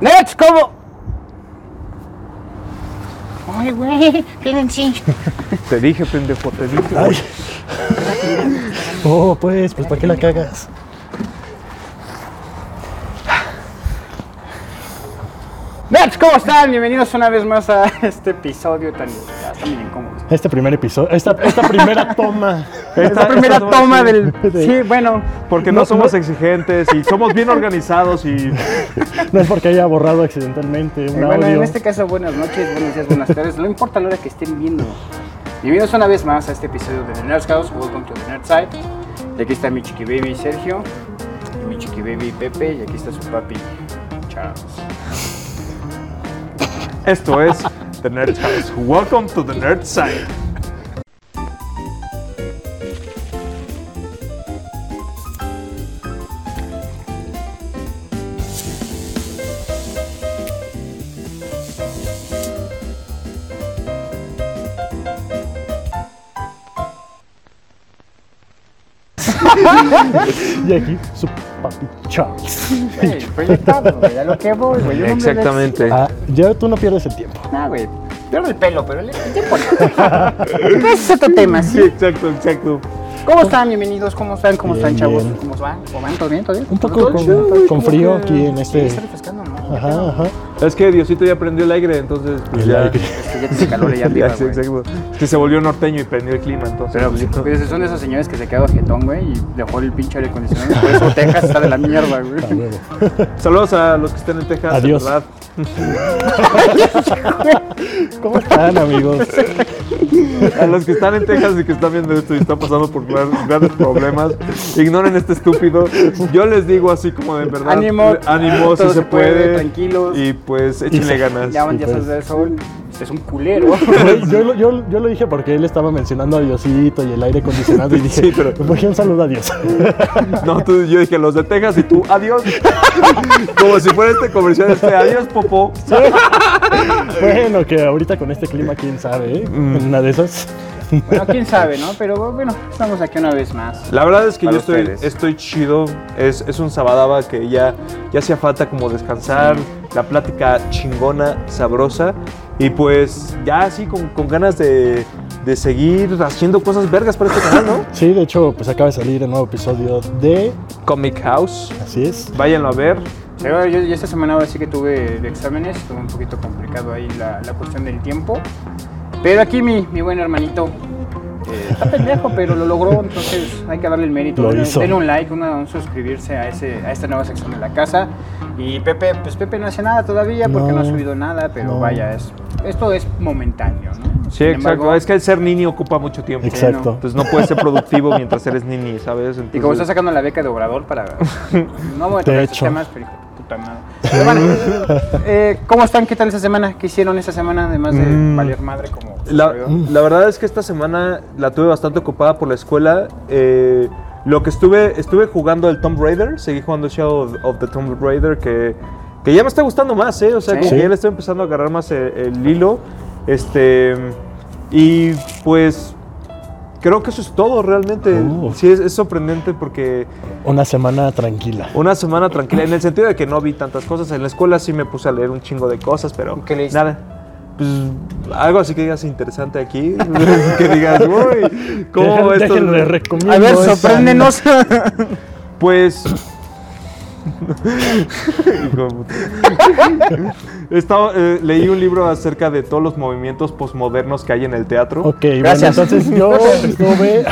pues cómo. Ay, güey, quédense. Te dije, pendejo, te dije. Ay. Oh, pues, pues ¿para qué la cagas? Nerds, ¿cómo están? Bienvenidos una vez más a este episodio tan, ya están bien incómodo. Este primer episodio, esta, esta primera toma. Esta primera toma, toma sí, del. de- Sí, bueno. eh, Porque no, somos exigentes y somos bien organizados y No es porque haya borrado accidentalmente un Y bueno, audio. en este caso, buenas noches, buenos días, buenas tardes. No importa la hora que estén viendo. Bienvenidos una vez más a este episodio de The Nerds House. Welcome to the Nerd Side. Y aquí está mi chiqui baby Sergio. Y mi chiqui baby Pepe. Y aquí está su papi Charles. esto es The Nerd House. Welcome to the Nerd Side. Y aquí su papi Charles. Güey, proyectado, güey. A lo que voy, güey. Yo no me Ah, ya tú no pierdes el tiempo. Nah, güey. Pierdo el pelo, pero el el tiempo no. Ese es otro tema, sí. exacto, exacto. ¿Cómo están? Bienvenidos, ¿cómo están? ¿Cómo Bien, están, chavos? bien. ¿Cómo van? ¿Cómo van? ¿Todo bien? ¿Todo bien? Un poco ¿Todo con- chido, güey? con Como frío que- aquí en sí, este- está refrescando, ¿no? Ajá, ajá. Es que Diosito ya prendió el aire, entonces pues, El ya. aire. Es que ya te calor allá Ya, arriba, sí, güey. exacto. Es que se volvió norteño y prendió el clima, entonces. Pero pues, pues, son de esos señores que se quedó jetón, güey, y dejó el pinche aire acondicionado. y Por eso Texas está de la mierda, güey. A huevo. Saludos a los que están en Texas. Adiós. de verdad. ¿Cómo están, amigos? A los que están en Texas y que están viendo esto y están pasando por gran- grandes problemas, ignoren este estúpido. Yo les digo así como de verdad. Ánimo, ánimo si todo se se puede, puede. tranquilos. Y pues échenle ganas. Ya van Sí, 10 pues. horas del sol. Este es un culero. Güey, Yo, lo- yo, yo lo dije porque él estaba mencionando a Diosito y el aire acondicionado y dije, Sí, pero- voy a un saludo a Dios. No, tú, yo dije los de Texas y tú, adiós. Como si fuera este comercial este, adiós, Popo. bueno, que ahorita con este clima, quién sabe, ¿eh? Mm. En Una de esas. Bueno, quién sabe, ¿no? Pero bueno, estamos aquí una vez más. La verdad es que Para yo estoy, ustedes. estoy chido. Es, es un sabadaba que ya, ya hacía falta como descansar, la plática chingona, sabrosa. Y pues ya así con, con ganas de, de seguir haciendo cosas vergas para este canal, ¿no? Sí, de hecho, pues acaba de salir el nuevo episodio de... Comic House. Así es. Váyanlo a ver. Pero yo, yo esta semana ahora sí que tuve de exámenes, estuvo un poquito complicado ahí la, la cuestión del tiempo. Pero aquí mi, mi buen hermanito eh, está pendejo, pero lo logró, entonces hay que darle el mérito. Lo Denle- hizo. Denle un like, una- un suscribirse a, ese, a esta nueva sección de la casa. Y Pepe, pues Pepe no hace nada todavía porque no, No, ha subido nada, pero no. vaya, es, esto es momentáneo, ¿no? Sí, Sin exacto. embargo, es que el ser nini ocupa mucho tiempo. Exacto. Entonces no puedes ser productivo mientras eres nini, ¿sabes? Y Pues como está Entonces- sacando la beca de Obrador para... No voy a tocar De esos hecho. temas, pero hijo de puta madre. Pero bueno, eh, ¿cómo están? ¿Qué tal esta semana? ¿Qué hicieron esta semana? Además de Mm. valer madre como... La, mm. servidor. la verdad es que esta semana la tuve bastante ocupada por la escuela. Eh, lo que estuve, estuve jugando el Tomb Raider, seguí jugando Shadow of, of the Tomb Raider, que, que ya me está gustando más, ¿eh? O sea, Sí. como que Sí. ya le estoy empezando a agarrar más el, el hilo. Este, y pues creo que eso es todo realmente. Uh. Sí, es, es sorprendente porque Una semana tranquila. una semana tranquila, en el sentido de que no vi tantas cosas. En la escuela sí me puse a leer un chingo de cosas, pero ¿Qué leíste? nada. Pues algo así que digas interesante aquí. que digas, uy, ¿cómo Dejen- esto? déjenle recomiendo A ver, esa- sorpréndenos. Pues. Hijo de puta. Estaba, eh, leí un libro acerca de todos los movimientos posmodernos que hay en el teatro. Ok, Gracias. bueno, entonces yo estuve...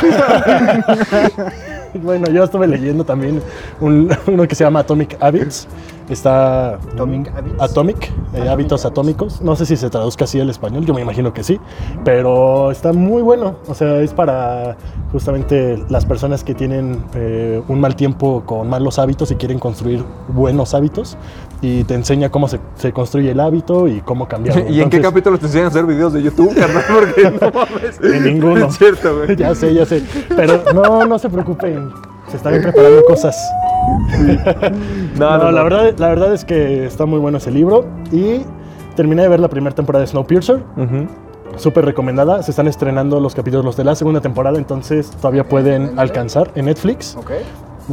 bueno, yo estuve leyendo también un- uno que se llama Atomic Habits. Está... Atomic Habits. Atomic, eh, hábitos atómicos. No sé si se traduzca así al español, yo me imagino que sí. Pero está muy bueno. O sea, es para justamente las personas que tienen eh, un mal tiempo con malos hábitos y quieren construir buenos hábitos. Y te enseña cómo se, se construye el hábito y cómo ¿Y cambiarlo. en qué Entonces- capítulo te enseñan a hacer videos de YouTube, carnal? Porque no mames. En ninguno. Es cierto, güey. Ya sé, ya sé. Pero no, no se preocupen. Se están preparando cosas. No, la, Verdad, la verdad es que está muy bueno ese libro. Y terminé de ver la primera temporada de Snowpiercer. Ujú. Súper recomendada. Se están estrenando los capítulos de la segunda temporada. Entonces todavía pueden alcanzar en Netflix. ok.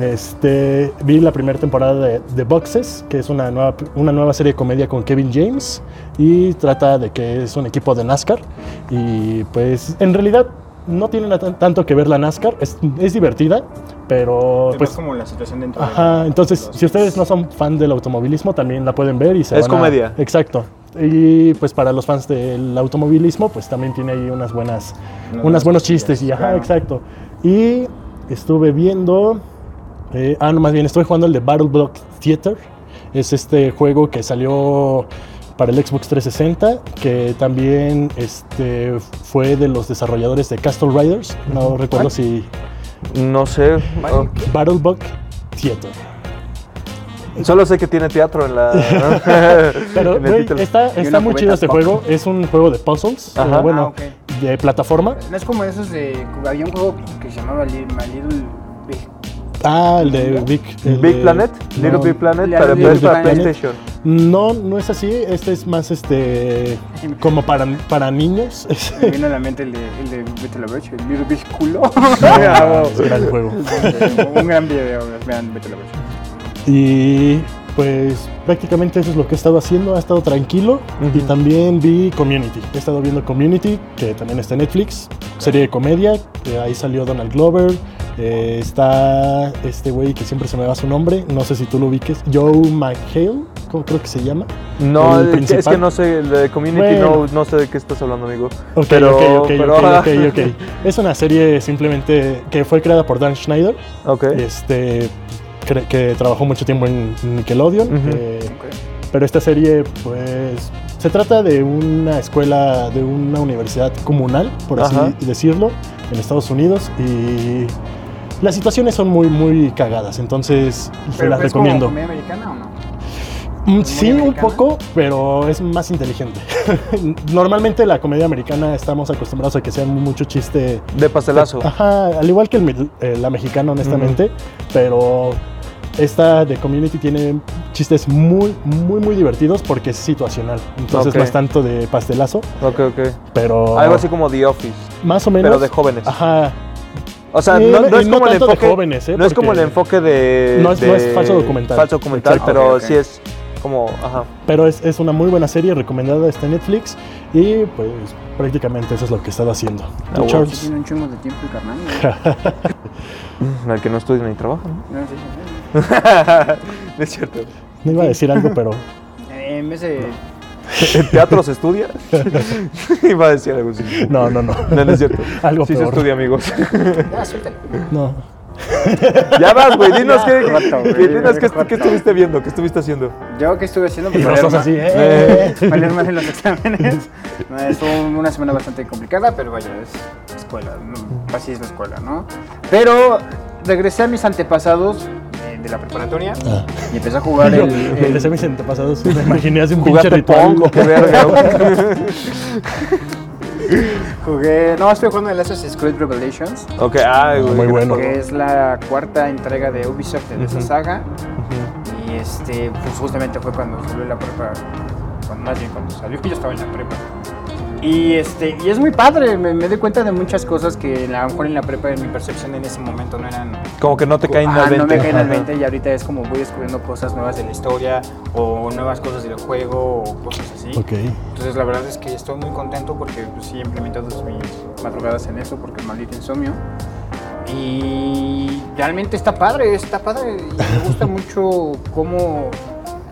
Este, vi la primera temporada de The Boxes, que es una nueva, una nueva serie de comedia con Kevin James y trata de que es un equipo de NASCAR y pues en realidad no tiene nada tan- tanto que ver la NASCAR, es, es divertida, pero Es pues... más como la situación dentro de- Ajá, entonces los- si ustedes no son fan del automovilismo también la pueden ver y se Es van a- comedia. exacto. Y pues para los fans del automovilismo pues también tiene ahí unas Unas buenas, unas buenas buenos cosillas, chistes y ajá, claro. exacto. Y estuve viendo, eh, ah no más bien estuve jugando el de Battle Block Theater, es este juego que salió para el Xbox 360 que también este fue de los desarrolladores de Castle Riders, no recuerdo Ah. si No sé. oh. Battle Block Theater. Solo sé que tiene teatro en la. Pero en el güey, título. está, Y está una muy cubeta chido este pop. juego. Es un juego de puzzles, Ajá. pero bueno, Ah, de plataforma. No es como esos de. Había un juego que se llamaba Li- My Little. Big- Ah, el de Big, el Big de- Planet, Little no. Big Planet Little para, Big Planet. para PlayStation. No, no es así. Este es más este como para, para niños. Es Me vino a la mente el de, el de Vete a la Brecha, el Little Big Culo. un gran juego. un gran video, vean Vete a la Brecha. Y pues prácticamente eso es lo que he estado haciendo. Ha estado tranquilo. Ujú. Y también vi Community. He estado viendo Community, que también está en Netflix. Serie de comedia. que ahí salió Donald Glover. eh, está este güey que siempre se me va su nombre. No sé si tú lo ubiques. Joe McHale, ¿cómo creo que se llama? No, es que- El es que principal. no sé, el de community Bueno. no, no sé de qué estás hablando, amigo. Ok, Pero- ok, ok, pero- ah. ok, ok, ok. Es una serie simplemente que fue creada por Dan Schneider. Ok. Este cre- que trabajó mucho tiempo en Nickelodeon. Ujú. eh, Pero esta serie, pues, se trata de una escuela, de una universidad comunal, por así Ajá. decirlo, en Estados Unidos. Y las situaciones son muy, muy cagadas. Entonces, se las pues, ¿es como recomiendo. comedia americana o no? Mm, Sí, un americana? poco, pero es más inteligente. Normalmente la comedia americana estamos acostumbrados a que sea mucho chiste. De pastelazo. Ajá, al igual que el me- eh, la mexicana, honestamente, pero esta de Community tiene chistes muy, muy, muy divertidos porque es situacional. Entonces Ok. no es tanto de pastelazo, Ok, ok. pero Algo así como The Office, más o menos. pero de jóvenes. Ajá, O sea, Ah. Sí, no, no y es no como el tanto de enfoque. jóvenes, ¿eh? No es como el Porque enfoque de. no es- no de- es falso documental. Falso documental, Exacto. pero Ah, ok, ok. sí es como. Ajá. pero es, es una muy buena serie recomendada, está en Netflix y pues prácticamente eso es lo que he estado haciendo. ¿Tú, wow. Sí, Charles? tiene un chingo de tiempo y carnal. ¿no? En el que no estudia ni trabaja, ¿no? No, sí, sí, sí. No es cierto. No iba a decir algo, pero Eh, En vez de. ¿En teatro se estudia? Iba a decir algo así. no, no, no. No, no es cierto. Algo sí se peor. estudia, amigos. Ya, suéltalo. No. ya vas, güey. Dinos qué, Rato, qué- güey, dinos qué- rato. qué estuviste viendo, qué estuviste haciendo. Yo que estuve haciendo. Y Pues, valer nosotros ma- así, Eh. ¿eh? valer más en los exámenes. No, Estuvo una semana bastante complicada, pero vaya, es escuela. ¿no? Así es la escuela, ¿no? Pero regresé a mis antepasados eh, de la preparatoria Ah. y empecé a jugar Yo el. el- regresé a mis antepasados, Eh, me imaginé hace un pinche ¿Jugaste ritual. Pong o qué verga? güey. Jugué. No, estoy jugando el Assassin's Creed Revelations. ok, ay, güey. Muy bueno. Que es la cuarta entrega de Ubisoft de esa saga. Y este, pues justamente fue cuando salió la prepa. Cuando, más bien cuando salió, que yo estaba en la prepa. Y este, y es muy padre, me, me doy cuenta de muchas cosas que a lo mejor en la prepa, en mi percepción en ese momento no eran. Como que no te caen Ah, al 20. no me caen al Ajá. 20 y ahorita es como voy descubriendo cosas nuevas de la historia o nuevas cosas del juego o cosas así. Ok. Entonces la verdad es que estoy muy contento porque pues, sí he implementado mis madrugadas en eso porque maldito insomnio. Y realmente está padre, está padre. Y me gusta mucho cómo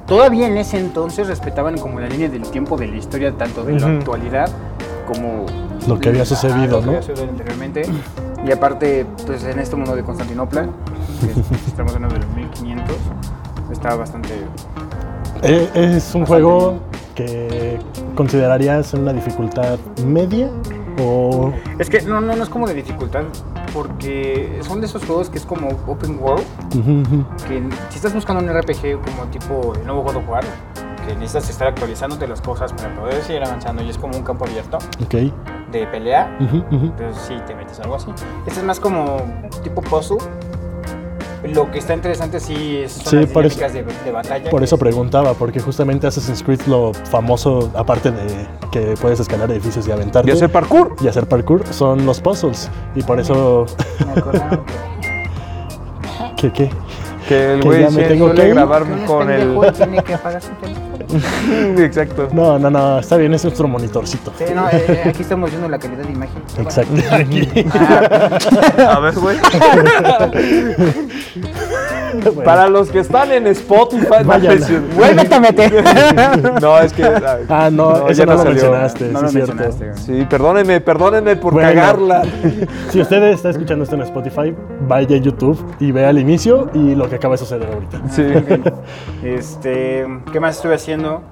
todavía en ese entonces respetaban como la línea del tiempo de la historia, tanto de la Ujú. actualidad como Lo que había Ajá, sucedido, lo que ¿no? había sucedido anteriormente. Y aparte, pues en este mundo de Constantinopla, que estamos en el 1500, está bastante Eh, Es un Bastante juego que considerarías una dificultad media o Es que no, no, no es como de dificultad, porque son de esos juegos que es como open world, Ujú, ujú. que si estás buscando un RPG como tipo el nuevo God of War, que necesitas estar actualizándote las cosas para poder seguir avanzando y es como un campo abierto Ok. de pelea, Ujú, ujú. entonces sí te metes algo así. Este es más como tipo puzzle. Lo que está interesante sí es son Sí, las por eso- dinámicas de, de batalla. Por que eso es- preguntaba, porque justamente Assassin's Creed lo famoso, aparte de que puedes escalar edificios y aventarte Yo sé parkour. y hacer parkour, son los puzzles. Y por eso me acordaba que- ¿Qué, qué? Que el Que güey ya me sí tengo suele que ir. grabar Porque uno es con el... pendejo este y Tiene que apagar su teléfono. Exacto. No, no, no, está bien, es nuestro monitorcito. Sí, no, eh, eh, aquí estamos viendo la calidad de imagen. Exacto. Aquí. Ah, A ver, güey. Bueno, Para los que están en Spotify, no, Vayan. es cierto. Vuélvete a meter. No, es que. ay, Ah, no, eso ya no, lo salió. mencionaste, No sí lo es cierto. mencionaste, güey. Sí, perdónenme, perdónenme por Bueno. cagarla. Si usted está escuchando esto en Spotify, vaya a YouTube y vea el inicio y lo que acaba de suceder ahorita. Sí. Este, ¿qué más estuve haciendo?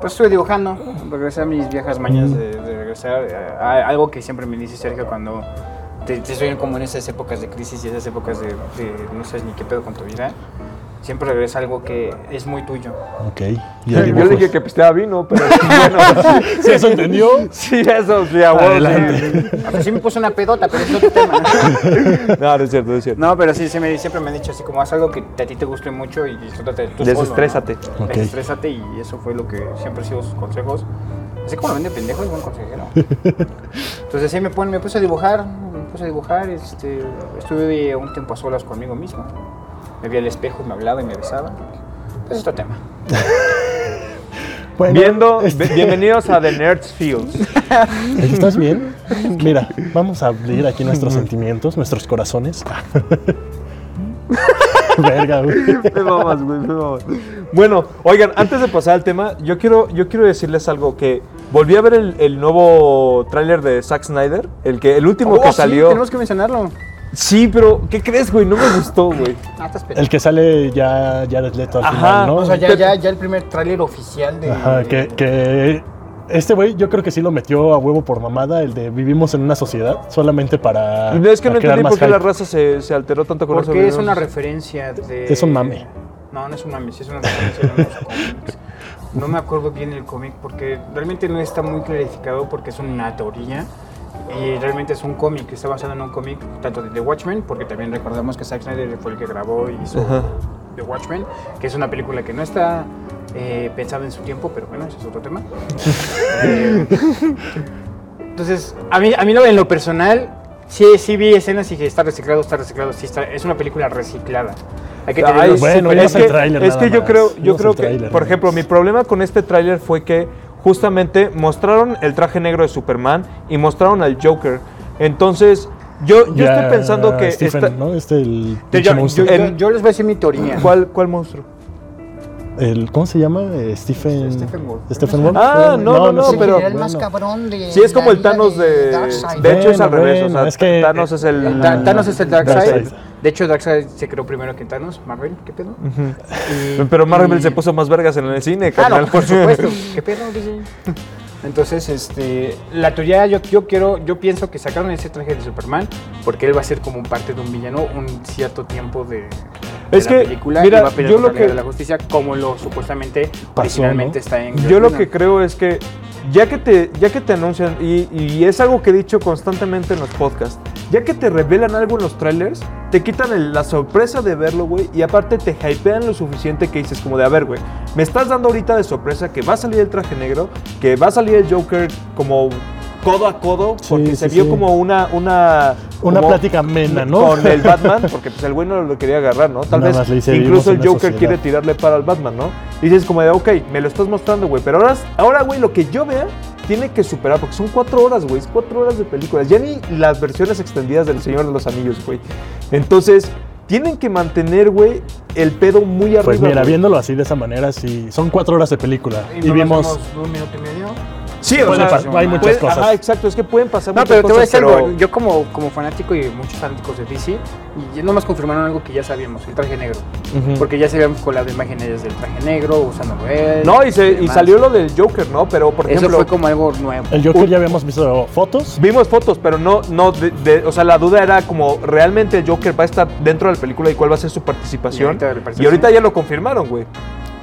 Pues estuve dibujando, regresé a mis viejas mañas de, de regresar. eh, a- algo que siempre me dice Sergio cuando te, te estoy como en esas épocas de crisis y esas épocas de, de no sabes ni qué pedo con tu vida. Siempre regresa algo que es muy tuyo. Ok. Yo le dije que pisteaba vino, pero bueno. pues, ¿Sí eso entendió? Sí, eso, sí, a huevo, sí. Adelante. A ver, Ah, pues sí me puso una pedota, pero es otro tema. No, no es cierto, no es cierto. No, pero sí, sí me, siempre me han dicho así como haz algo que a ti te guste mucho y disfrútate tú solo, ¿no? Desestrésate. Ok. Desestrésate y eso fue lo que siempre he sido sus consejos. Así como lo vende pendejo, es buen consejero. Entonces sí me, pon- me puse a dibujar, me puse a dibujar, este, estuve un tiempo a solas conmigo mismo. Me vi al espejo, y me hablaba y me besaba. Pues es otro tema. Bueno, Viendo, este, ¿eh? be- bienvenidos a The Nerds Fields. ¿Estás bien? Mira, vamos a abrir aquí nuestros sentimientos, nuestros corazones. Verga, güey. Me mamas, güey, me mamas. Bueno, oigan, antes de pasar al tema, yo quiero, yo quiero decirles algo que volví a ver el, el nuevo tráiler de Zack Snyder, el que el último Oh, que sí, salió. tenemos que mencionarlo. Sí, pero ¿qué crees, güey? No me gustó, güey. Ah, estás pendejo. El que sale ya Jared Leto al Ajá, final, ¿no? o O sea, ya, ya, ya el primer tráiler oficial de... Ajá, que, que este güey yo creo que sí lo metió a huevo por mamada, el de vivimos en una sociedad solamente Es para... que para no crear entendí más por qué la hype. raza se, se alteró tanto con eso. Porque güey, es no una sé. referencia de... Es un mame. No, no es un mame, sí es una referencia de unos cómics. No me acuerdo bien el cómic porque realmente no está muy clarificado porque es una teoría y realmente es un cómic, está basado en un cómic tanto de The Watchmen, porque también recordamos que Zack Snyder fue el que grabó y hizo Ajá. The Watchmen, que es una película que no está eh, pensada en su tiempo, pero bueno, ese es otro tema. Eh, entonces, a mí, a mí lo- en lo personal, sí, sí vi escenas y dije, está reciclado, está reciclado, sí está, es una película reciclada. Hay que tener Ay, los- Bueno, sí, pero vimos es el que, tráiler es nada que yo más. creo, yo Vimos creo el que, tráiler por nada ejemplo, más. mi problema con este tráiler fue que justamente mostraron el traje negro de Superman y mostraron al Joker. Entonces, yo, yo Ya estoy pensando que Stephen, esta- ¿no? Este, el Yo, pinche yo- monstruo. yo- El- yo les voy a decir mi teoría. ¿cuál, ¿cuál monstruo? El- ¿Cómo se llama? Eh, Stephen... Este, Stephen Wolf. Stephen Wolf. Ah, Bueno, no, no, no, sé. pero- el más Bueno. cabrón de. Sí, es como la el vida Thanos de. Darkseid. De hecho, es al Bueno, revés. O sea, bueno, es que- Thanos es el. Ta- Thanos es el Darkseid. Darkseid. De hecho, Darkseid se creó primero que Thanos. Marvel, ¿qué pedo? Y- Pero Marvel y- se puso más vergas en el cine, Claro, carnal. Ah, por supuesto. ¿Qué pedo, DJ? Entonces, este, la teoría, yo, yo quiero, yo pienso que sacaron ese traje de Superman porque él va a ser como parte de un villano un cierto tiempo de, de Es la que, película mira, y va a pelear yo contra la lo que- Liga de la justicia como lo supuestamente ¿no? originalmente está en. Yo Green lo Lantern. que creo es que ya que te, ya que te anuncian, y, y es algo que he dicho constantemente en los podcasts, ya que te revelan algo en los trailers, te quitan el- la sorpresa de verlo, güey, y aparte te hypean lo suficiente que dices como de, a ver, güey, me estás dando ahorita de sorpresa que va a salir el traje negro, que va a salir el Joker como codo a codo, Sí, porque se sí, vio sí. como una... Una, Una como- plática amena, ¿no? Con el Batman, porque pues el güey no lo quería agarrar, ¿no? Tal Nada más le vez dice, "Vivimos incluso en el una Joker quiere sociedad". tirarle para al Batman, ¿no? Y dices como de, ok, me lo estás mostrando, güey, pero ahora, ahora, güey, lo que yo vea tiene que superar, porque son cuatro horas, güey, es cuatro horas de películas. Ya ni las versiones extendidas del Señor de los Anillos, güey. Entonces, tienen que mantener, güey, el pedo muy arriba. Pues mira, güey. viéndolo así de esa manera, sí, son cuatro horas de película. Y Y, nos vimos... vemos un minuto y medio. Sí, o puede sea, pas- hay muchas puede- cosas. Ajá, exacto, es que pueden pasar No, muchas pero te voy a cosas, decir algo. pero- Yo, como, como fanático y muchos fanáticos de DC, y ya nomás confirmaron algo que ya sabíamos: el traje negro. Ujú. Porque ya se habían colado imágenes del traje negro, usándolo él. No, y, se- y demás. salió lo del Joker, ¿no? Pero, por Eso ejemplo... fue como algo nuevo. El Uh. Joker ya habíamos visto fotos. Vimos fotos, pero no, no, de- de- o sea, la duda era como realmente el Joker va a estar dentro de la película y cuál va a ser su Y participación. ahorita le parece Y ahorita así. ya lo confirmaron, güey.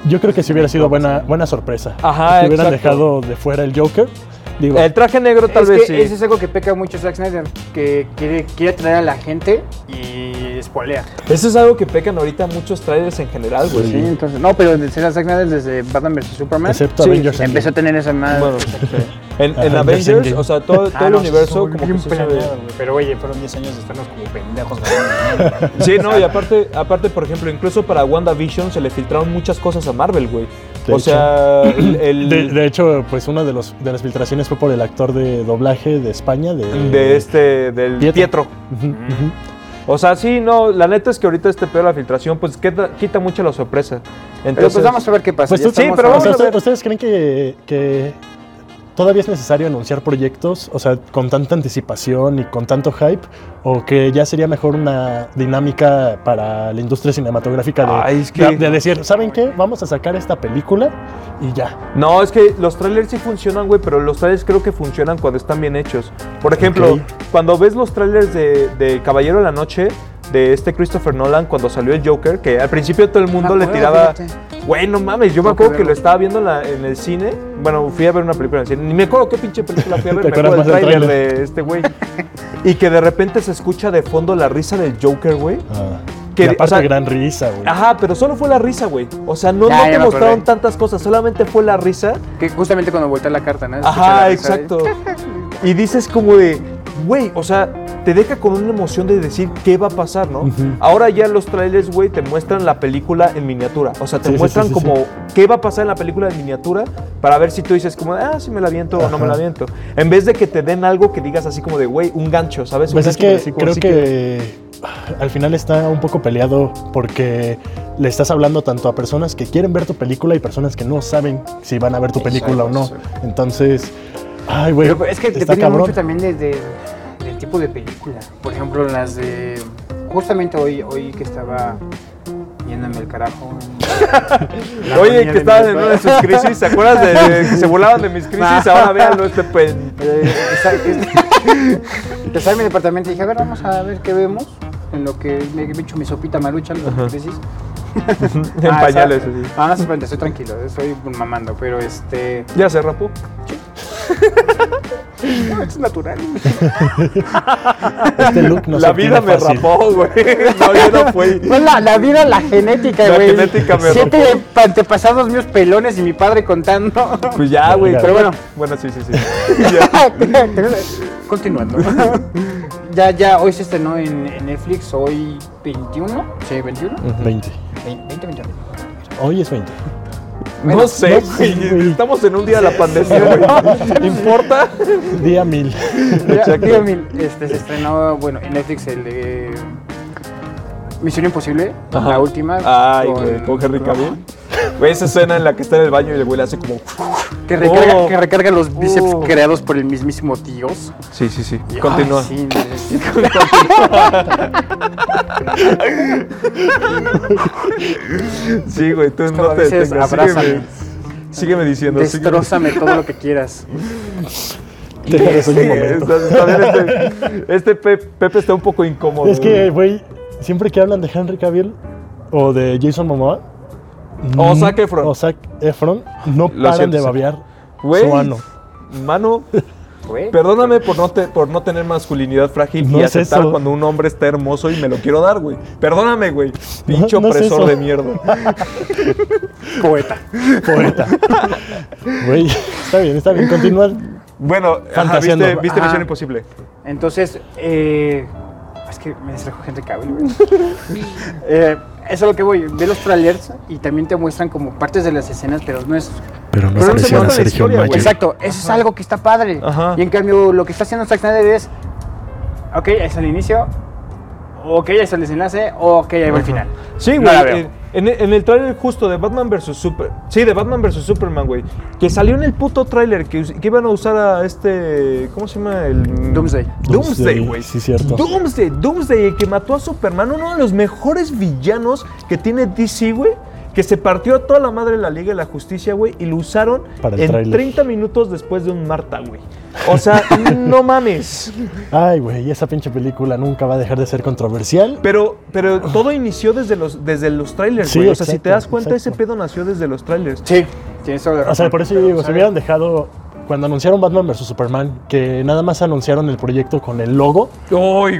Yo creo que sí hubiera sido buena, buena sorpresa. Ajá, Si hubieran exacto. dejado de fuera el Joker. Digo, El traje negro tal es vez que sí. Eso es algo que peca mucho Zack Snyder, que quiere, quiere atraer a la gente y y espolea. Eso es algo que pecan ahorita muchos trailers en general, güey. Sí, entonces, no, pero desde las Snyder desde Batman vs Superman Excepto Sí, Avengers Endgame. empezó a tener esa madre. Bueno, en, en Ajá, Avengers, Endgame. o sea, todo, todo Ah, el no, universo estuvo como que bien se usa de- planeado, güey. Pero oye, fueron 10 años de estarnos como pendejos. güey. Sí, no, y aparte, aparte, por ejemplo, incluso para WandaVision se le filtraron muchas cosas a Marvel, güey. De O hecho. sea, el, el- De, de hecho, pues una de, los, de las filtraciones fue por el actor de doblaje de España. De, de este, del Pietro. Pietro. Mm. Ujú, ujú. O sea, sí, no, la neta es que ahorita este pedo de la filtración, pues quita, quita mucho la sorpresa. Pero Entonces, pues vamos a ver qué pasa. Pues ya tú- sí, estamos pero a- O sea, vamos a ver. ¿ustedes, ustedes creen que, que todavía es necesario anunciar proyectos, o sea, con tanta anticipación y con tanto hype, o que ya sería mejor una dinámica para la industria cinematográfica de, Ay, es que- de- de decir, ¿saben qué? Vamos a sacar esta película y ya. No, es que los trailers sí funcionan, güey, pero los trailers creo que funcionan cuando están bien hechos. Por ejemplo, Ok. cuando ves los trailers de, de Caballero de la Noche, de este Christopher Nolan, cuando salió el Joker, que al principio todo el mundo le acuerdo, tiraba, fíjate. güey, no mames, yo me Tengo que acuerdo que verlo. lo estaba viendo en, la- en el cine. Bueno, fui a ver una película en el cine, ni me acuerdo qué pinche película fui a ver, Te me acuerdo del acuerdas más del trailer de este güey. y que de repente se escucha de fondo la risa del Joker, güey. Ah, Que- y aparte, o sea- gran risa, güey. Ajá, pero solo fue la risa, güey. O sea, no, Ya, no ya te me acordé. mostraron tantas cosas, solamente fue la risa. Que justamente cuando voltea la carta, ¿no? Escucha la Ajá, risa de- exacto. Y dices como de, güey, o sea, te deja con una emoción de decir qué va a pasar, ¿no? Ujú. Ahora ya los trailers, güey, te muestran la película en miniatura. O sea, te Sí, sí, muestran sí, sí, como qué va a pasar en la película en miniatura para ver si tú dices como, ah, si me la viento o no me la Ajá. viento. En vez de que te den algo que digas así como de, güey, un gancho, ¿sabes? Un Pues es gancho que así como creo así que ah, al final está un poco peleado porque le estás hablando tanto a personas que quieren ver tu película y personas que no saben si van a ver tu película o no. exacto. Entonces, ay, güey, Pero es que está depende cabrón. mucho también de- de- del tipo de película. Por ejemplo, las de. Justamente hoy, hoy que estaba yéndome el carajo. La Oye, manía que de estabas mi en una papá. de sus crisis, ¿se acuerdas de, de que se burlaban de mis crisis? Ahora véanlo este pen... Eh, esa- Estaba en mi departamento y dije, a ver, vamos a ver qué vemos. En lo que me he hecho mi sopita marucha, en la crisis. en Ah, pañales. esa- así. Ah, no se preocupen, estoy tranquilo, estoy mamando, pero este. Ya se rapó. Es natural. Este look no la se vida obtiene me fácil. rapó, güey. No, yo no fui. Pues la, la vida, la genética, La güey. genética me Siete antepasados míos pelones y mi padre contando. Pues ya, güey. Venga. Pero bueno. Bueno, sí, sí, sí. Ya. Continuando. ya, ya, hoy se estrenó en, en Netflix, hoy 21. Sí, 21. 20. 20, 21. Hoy es 20. No sé, no sé, güey. güey. Estamos en un día de la pandemia, güey. ¿Importa? Día 1000. Ya, Exacto. digo, mil, este, se estrenó, bueno, en Netflix el de Misión Imposible, Ajá. la última. Ay, güey. Con Henry Cavill. Güey, esa escena en la que está en el baño y el güey le hace como. Que recarga, Oh. que recarga los bíceps Oh. creados por el mismísimo Dios. Sí, sí, sí. Y- Continúa. ay, Ah, sí, sí. Sí, güey. Tú no Cuando te dices, detengas. Sígueme, abrázame, sígueme diciendo. sígueme. destrózame todo lo que quieras. Te quedas Sí, un momento. está- está bien, este este Pe- Pepe está un poco incómodo. Es que, güey, siempre que hablan de Henry Cavill o de Jason Momoa O mm, Zac Efron. o Zac Efron, no Lo paran siento, de Zac. babear Güey, su ano. Mano, Güey. Perdóname por no, te- por no tener masculinidad frágil No y es aceptar eso. cuando un hombre está hermoso y me lo quiero dar, güey. Perdóname, güey. Pincho no es opresor eso. de mierda. Poeta. Poeta. Güey, está bien, está bien. Continuar. Bueno, ajá, Fantaseando. viste, viste Ajá. Misión Imposible. Entonces, eh, es que me distrajo Henry Cavill, güey. Eh, eso es lo que voy. Ve los trailers y también te muestran como partes de las escenas, pero no es. Pero no se menciona a Sergio Mayer. Sí. Exacto, eso es algo que está padre. Ajá. Y en cambio, lo que está haciendo Zack Snyder es. Ok, ahí está el inicio. Ok, ahí está el desenlace. Ok, ahí va el final. Sí, No güey. la veo. eh, en, en el tráiler justo de Batman vs. Super... Sí, de Batman vs. Superman, güey. Que salió en el puto tráiler que, us- que iban a usar a este... ¿Cómo se llama? El... Doomsday. Doomsday, güey. Sí, cierto. Doomsday, Doomsday, el que mató a Superman, uno de los mejores villanos que tiene DC, güey. Que se partió a toda la madre de la Liga de la Justicia, güey, y lo usaron Para el en tráiler. 30 minutos después de un Marta, güey. O sea, no mames. Ay, güey, esa pinche película nunca va a dejar de ser controversial. Pero, pero todo inició desde los, desde los trailers, Sí, güey. o sea, si te exacto, das cuenta, ese exacto. pedo nació desde los trailers. Sí, tienes toda la O sea, razón. por eso yo digo, se hubieran dejado cuando anunciaron Batman vs. Superman, que nada más anunciaron el proyecto con el logo. Uy,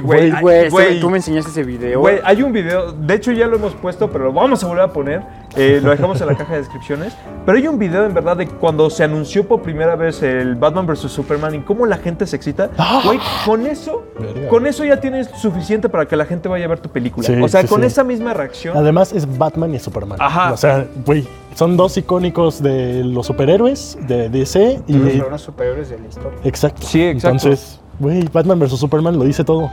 Güey, güey. ay, güey, güey. tú me enseñaste ese video. Güey, hay un video, de hecho ya lo hemos puesto, pero lo vamos a volver a poner. eh, lo dejamos en la caja de descripciones. Pero hay un video en verdad de cuando se anunció por primera vez el Batman vs Superman y cómo la gente se excita. Güey, con eso, Verga. con eso ya tienes suficiente para que la gente vaya a ver tu película. Sí, o sea, sí, con sí. esa misma reacción. Además es Batman y Superman. Ajá. O sea, güey, son dos icónicos de los superhéroes, de DC y... Los hermanos superiores de la historia. Exacto. Sí, exacto. Entonces, güey, Batman vs. Superman lo dice todo.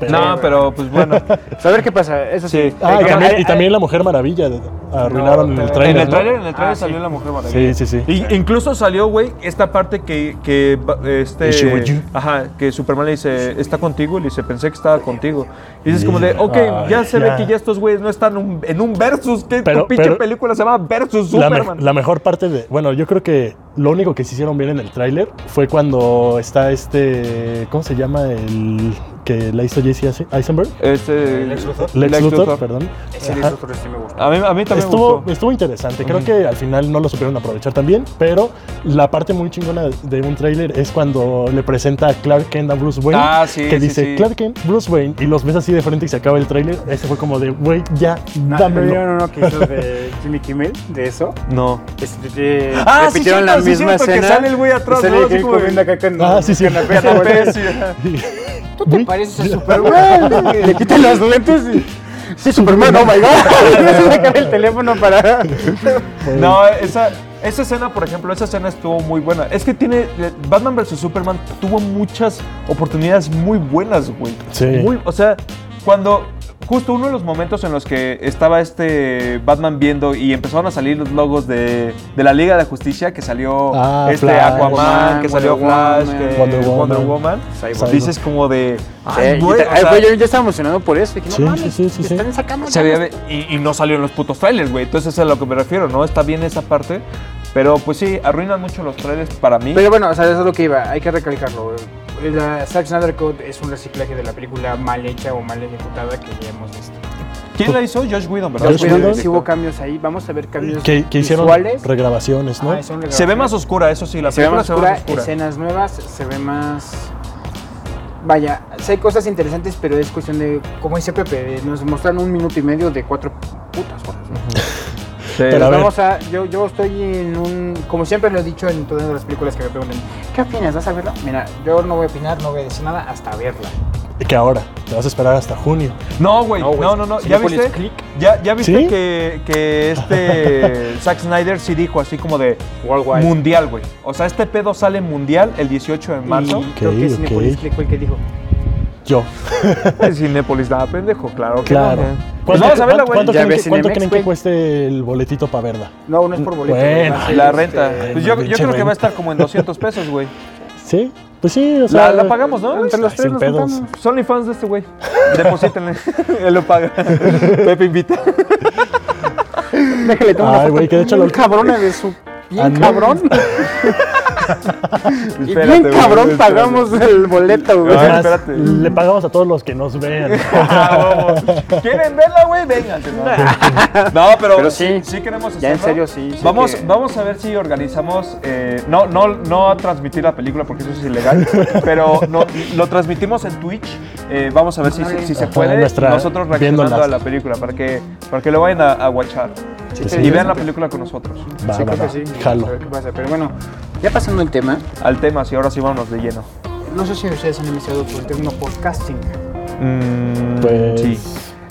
Pero- no, pero pues bueno. Pues a ver qué pasa, eso sí. Sí. Ah, Hay y que- también, hay- y también La Mujer Maravilla de- arruinaron No, el en trailer. en el trailer, en el trailer Ah, sí. salió la mujer maravilla. Sí, sí, sí. Y incluso salió, güey, esta parte que, que ba- este, Is she with you? ajá, que Superman le dice, está contigo, y le dice, pensé que estaba contigo. Y dices como de, ok, Ay, ya se ya. ve que ya estos güeyes no están un- en un versus, que Pero- tu pinche pero- película se llama Versus La, me- Superman. la mejor parte de. Bueno, yo creo que lo único que se hicieron bien en el tráiler fue cuando está este. ¿Cómo se llama? El que la hizo Jesse Eisen- Eisenberg. Este, Lex Luthor. Lex, Lex Luthor, Luthor. perdón. Ese de Ajá. otro sí me gustó. A mí, a mí también me Estuvo, pues, gustó. estuvo interesante, creo que al final no lo supieron aprovechar también, pero la parte muy chingona de un tráiler es cuando le presenta a Clark Kent a Bruce Wayne, Ah, sí, que sí, dice sí. Clark Kent, Bruce Wayne, y los ves así de frente y se acaba el tráiler, ese fue como de, güey, ya, No, dámelo. ¿Vieron uno que hizo de Jimmy Kimmel, de eso? No. Este, de- Ah, sí, repitieron cierto, la sí, misma cierto, que escena. sale el güey atrás, y sale ¿no? el Así güey como- comiendo acá con Ah, sí, sí. canapé, Canapé, güey. sí. ¿Tú te Güey. pareces a Superman? Le quitan los lentes y... Sí, Superman, oh my God. Y se saca el teléfono para... No, esa, esa escena, por ejemplo, esa escena estuvo muy buena. Es que tiene. eh, Batman vs. Superman tuvo muchas oportunidades muy buenas, güey. Sí. Muy- o sea, cuando. Justo uno de los momentos en los que estaba este Batman viendo y empezaron a salir los logos de, de la Liga de la Justicia, que salió Ah, este Flash. Aquaman, Aquaman, que salió Wonder Flash, Woman. que Wonder Wonder Woman. Woman. Cyborg. Dices como de. ay, Eh, y güey, te- o ay, sea, güey, yo yo estaba emocionado por eso. Dije, no Sí, mames, sí, sí, sí, sí. están sacando... Se veía bien- y, y no salió en los putos trailers, güey. Entonces es a lo que me refiero, ¿no? Está bien esa parte. Pero pues sí, arruinan mucho los trailers para mí. Pero bueno, o sea, eso es lo que iba, hay que recalcarlo. La Zack Snyder Code es un reciclaje de la película mal hecha o mal ejecutada que ya hemos visto. ¿Quién la hizo? Josh Whedon, ¿verdad? Josh Pero Fue el Whedon. sí director. hubo cambios ahí, vamos a ver cambios que, que hicieron visuales. regrabaciones, ¿no? Ah, son regrabaciones. Se ve más oscura, eso sí, la se ve película más oscura, escenas nuevas, se ve más... Vaya, sí hay cosas interesantes, pero es cuestión de, como dice Pepe, nos mostraron un minuto y medio de cuatro putas horas. ¿no? Sí. Pero- a ver. Vamos a, yo, yo estoy en un, como siempre lo he dicho en todas las películas que me preguntan, ¿qué opinas? ¿Vas a verla? Mira, yo no voy a opinar, no voy a decir nada hasta verla. Que ahora, te vas a esperar hasta junio. No, güey, no, güey, no, no. si ¿Ya le pones viste? clic. ¿Ya, ya viste ¿Sí? que, que este Zack Snyder sí dijo así como de Worldwide. mundial, güey? O sea, este pedo sale mundial el 18 de Y marzo. creo que Ok, es Cinepolis ok. Click fue el que dijo. Yo. En Pues, Cinépolis, nada, pendejo, claro. que Claro. no, güey. Pues vamos a verla, güey. ¿Cuánto, Ya creen, ves que, cuánto Cinemex, creen que güey. cueste el boletito para verla? No, no es por boleto. Bueno, güey, va a ser, La este, renta. Pues yo, yo pinche creo que va renta. a estar como en 200 pesos, güey. Sí, pues sí, o sea. La, la pagamos, ¿no? Entre los Ay, tres sin nos pedos. juntamos. Son ni fans de este güey. Deposítenle. Él lo paga. Pepe invita. Déjale tomar Ay, güey, que de hecho lo- Ah, Bien cabrona de su... Bien Ande- cabrón. Y bien cabrón pagamos el boleto, güey. Es Ay, más, espérate. le pagamos a todos los que nos vean. Ah, vamos. ¿Quieren verla, güey? Vengan. No, pero, Pero sí, sí. sí queremos Ya, en serio, hacerlo. sí, sí vamos, que- vamos a ver si organizamos. eh, no, no, no a transmitir la película porque eso es ilegal. pero no- lo transmitimos en Twitch. Eh, vamos a ver si, si se Ajá, puede. nuestra- nosotros reaccionando viéndolas. a la película para que, para que lo vayan a, a watchar. Sí, sí, y sí. vean la película con nosotros. Va, Sí, va, creo va. que sí. A Jalo. ver qué pasa. Pero bueno, ya pasando el tema, Al tema, si ahora sí vámonos de lleno. no sé si ustedes han iniciado por el término podcasting. Mm, Pues, sí.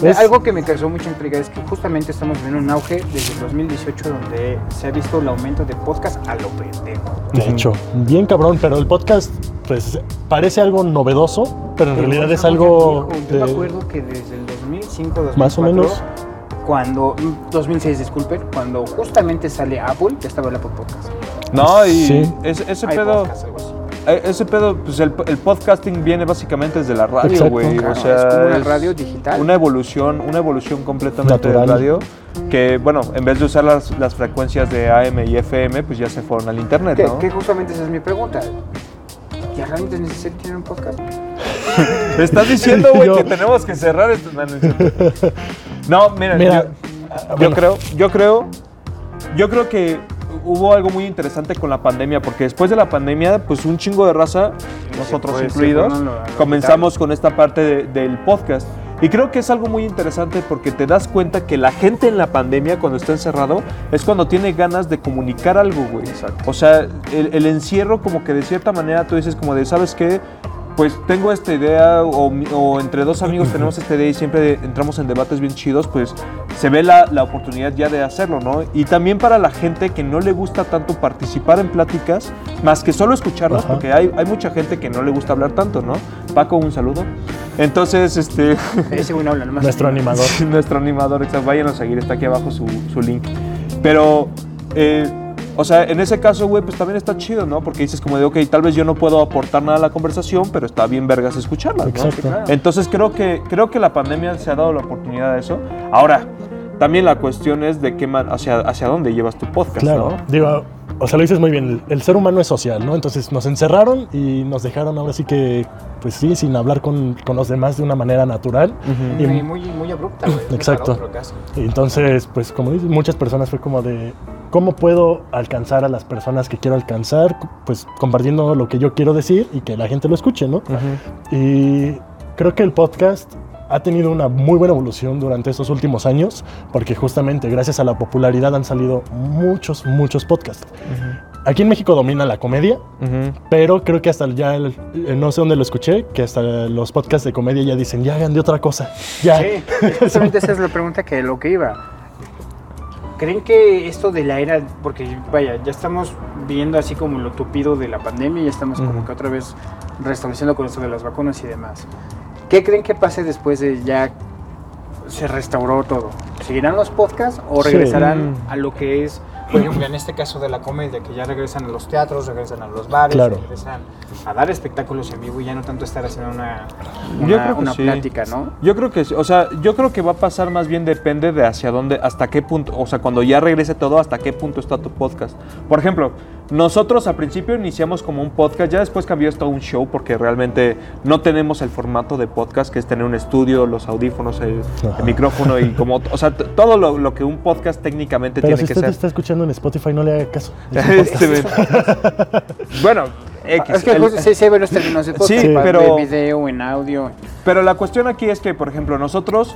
es- Algo que me causó mucha intriga es que justamente estamos viendo un auge desde el 2018 donde se ha visto el aumento de podcast a lo pendejo. De hecho, bien cabrón, pero el podcast, pues, parece algo novedoso, pero en realidad es algo. Yo me de- acuerdo que desde el 2005, 2004, Más o menos. Cuando, mm, 2006, disculpen, cuando justamente sale Apple, ya estaba el Apple Podcast. No, y Sí. es- ese pedo. iPodcast, algo así. Eh, Ese pedo, pues el, el podcasting viene básicamente desde la radio, Exacto. güey. Claro, o sea, es como una radio digital. Una evolución, una evolución completamente Natural. de radio. Que, bueno, en vez de usar las, las frecuencias de AM y FM, pues ya se fueron al internet, Que, ¿no? que justamente esa es mi pregunta. ¿Ya realmente es necesario tener un podcast? Te estás diciendo, güey, Yo- que tenemos que cerrar esto. No, no es cierto. No, mira, Mira, yo- ah, yo, bueno. creo, yo creo, yo creo que hubo algo muy interesante con la pandemia, porque después de la pandemia, pues un chingo de raza, nosotros fue, se incluidos, fueron a pues, lo- a lo comenzamos con esta parte de- del podcast. Y creo que es algo muy interesante porque te das cuenta que la gente en la pandemia, cuando está encerrado, es cuando tiene ganas de comunicar algo, güey. O sea, el, el encierro como que de cierta manera tú dices como de, ¿sabes qué? Pues tengo esta idea o, mi- o entre dos amigos tenemos esta idea y siempre entramos en debates bien chidos, pues se ve la, la oportunidad ya de hacerlo, ¿no? Y también para la gente que no le gusta tanto participar en pláticas, más que solo escucharlas, Ajá. porque hay, hay mucha gente que no le gusta hablar tanto, ¿no? Paco, un saludo. Entonces, este... Ese güey no habla nomás. Nuestro animador. Nuestro animador, exacto. Vayan a seguir, está aquí abajo su, su link. Pero, eh, o sea, en ese caso, güey, pues también está chido, ¿no? Porque dices como de, ok, tal vez yo no puedo aportar nada a la conversación, pero está bien vergas escucharla, ¿no? Exacto. Entonces creo que, creo que la pandemia se ha dado la oportunidad de eso. Ahora, también la cuestión es de qué man- hacia, hacia dónde llevas tu podcast, Claro, ¿no? digo, o sea, lo dices muy bien, el, el ser humano es social, ¿no? Entonces nos encerraron y nos dejaron ahora sí que, pues sí, sin hablar con, con los demás de una manera natural. Y- Muy, muy, muy abrupta, güey. de un Exacto. para otro casi. Y entonces, pues como dices, muchas personas fue como de, ¿cómo puedo alcanzar a las personas que quiero alcanzar? Pues compartiendo lo que yo quiero decir y que la gente lo escuche, ¿no? Y creo que el podcast ha tenido una muy buena evolución durante estos últimos años, porque justamente gracias a la popularidad han salido muchos, muchos podcasts. Aquí en México domina la comedia, pero creo que hasta ya, el- eh, no sé dónde lo escuché, que hasta los podcasts de comedia ya dicen, ya hagan de otra cosa. Ya. Sí, justamente esa es la pregunta que lo que iba. ¿Creen que esto de la era, porque vaya, ya estamos viendo así como lo tupido de la pandemia, ya estamos como Ujú. que otra vez restableciendo con esto de las vacunas y demás? ¿Qué creen que pase después de ya se restauró todo? ¿Seguirán los podcasts o Sí. Mm. regresarán a lo que es, por ejemplo, en este caso de la comedia, que ya regresan a los teatros, regresan a los bares, Claro. regresan a dar espectáculos en vivo y ya no tanto estar haciendo una, Yo una- creo que una sí. plática, ¿no? Yo creo que, sí, o sea, yo creo que va a pasar más bien depende de hacia dónde, hasta qué punto, o sea, cuando ya regrese todo, hasta qué punto está tu podcast. Por ejemplo, nosotros al principio iniciamos como un podcast, ya después cambió esto a un show porque realmente no tenemos el formato de podcast que es tener un estudio, los audífonos, el, el Ajá. micrófono y como, o sea, t- todo lo, lo que un podcast técnicamente Pero tiene que si usted ser. está escuchando en Spotify, no le haga caso. Es un podcast. Este, bueno, X, Es que el- justo sí se ven los términos ¿eh? de podcast, Sí, pa- pero- de video, en audio. Pero la cuestión aquí es que, por ejemplo, nosotros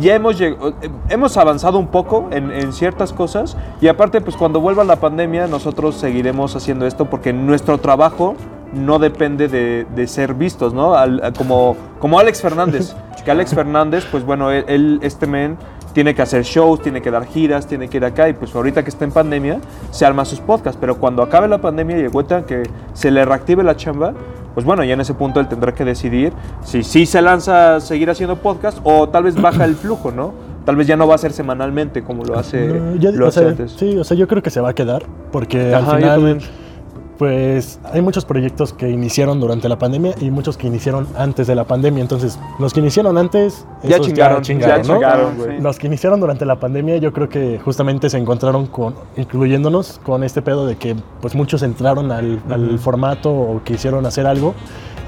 ya hemos, lleg- eh, hemos avanzado un poco en, en ciertas cosas y aparte, pues cuando vuelva la pandemia, nosotros seguiremos haciendo esto porque nuestro trabajo no depende de, de ser vistos, ¿no? Al- a- como, como Alex Fernández, que Alex Fernández, pues bueno, él, él, este men tiene que hacer shows, tiene que dar giras, tiene que ir acá y pues ahorita que está en pandemia, se arma sus podcasts, pero cuando acabe la pandemia y el güey tenga que se le reactive la chamba, pues bueno, ya en ese punto él tendrá que decidir si sí se lanza a seguir haciendo podcast o tal vez baja el flujo, ¿no? Tal vez ya no va a ser semanalmente como lo hace, No, ya- lo o hace sea, antes. Sí, o sea, yo creo que se va a quedar porque Ajá, yo al también. final, pues hay muchos proyectos que iniciaron durante la pandemia y muchos que iniciaron antes de la pandemia. Entonces, los que iniciaron antes, Ya esos chingaron, ya chingaron, ¿no? chingaron, güey. Los que iniciaron durante la pandemia, yo creo que justamente se encontraron con, incluyéndonos, con este pedo de que pues muchos entraron al, al Ujú. formato o quisieron hacer algo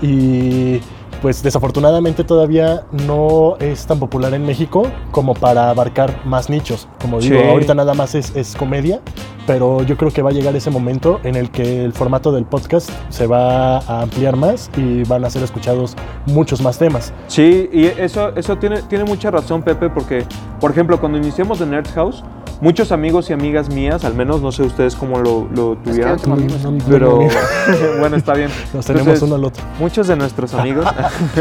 y pues desafortunadamente todavía no es tan popular en México como para abarcar más nichos. Como digo, Sí. ahorita nada más es, es comedia, pero yo creo que va a llegar ese momento en el que el formato del podcast se va a ampliar más y van a ser escuchados muchos más temas. Sí, y eso, eso tiene, tiene mucha razón, Pepe, porque, por ejemplo, cuando iniciamos en Nerd House, muchos amigos y amigas mías, al menos no sé ustedes cómo lo, lo Es que tuvieron, no tengo amigos. No, no, no, pero no, bueno, está bien. Nos tenemos Entonces, uno al otro. Muchos de nuestros amigos,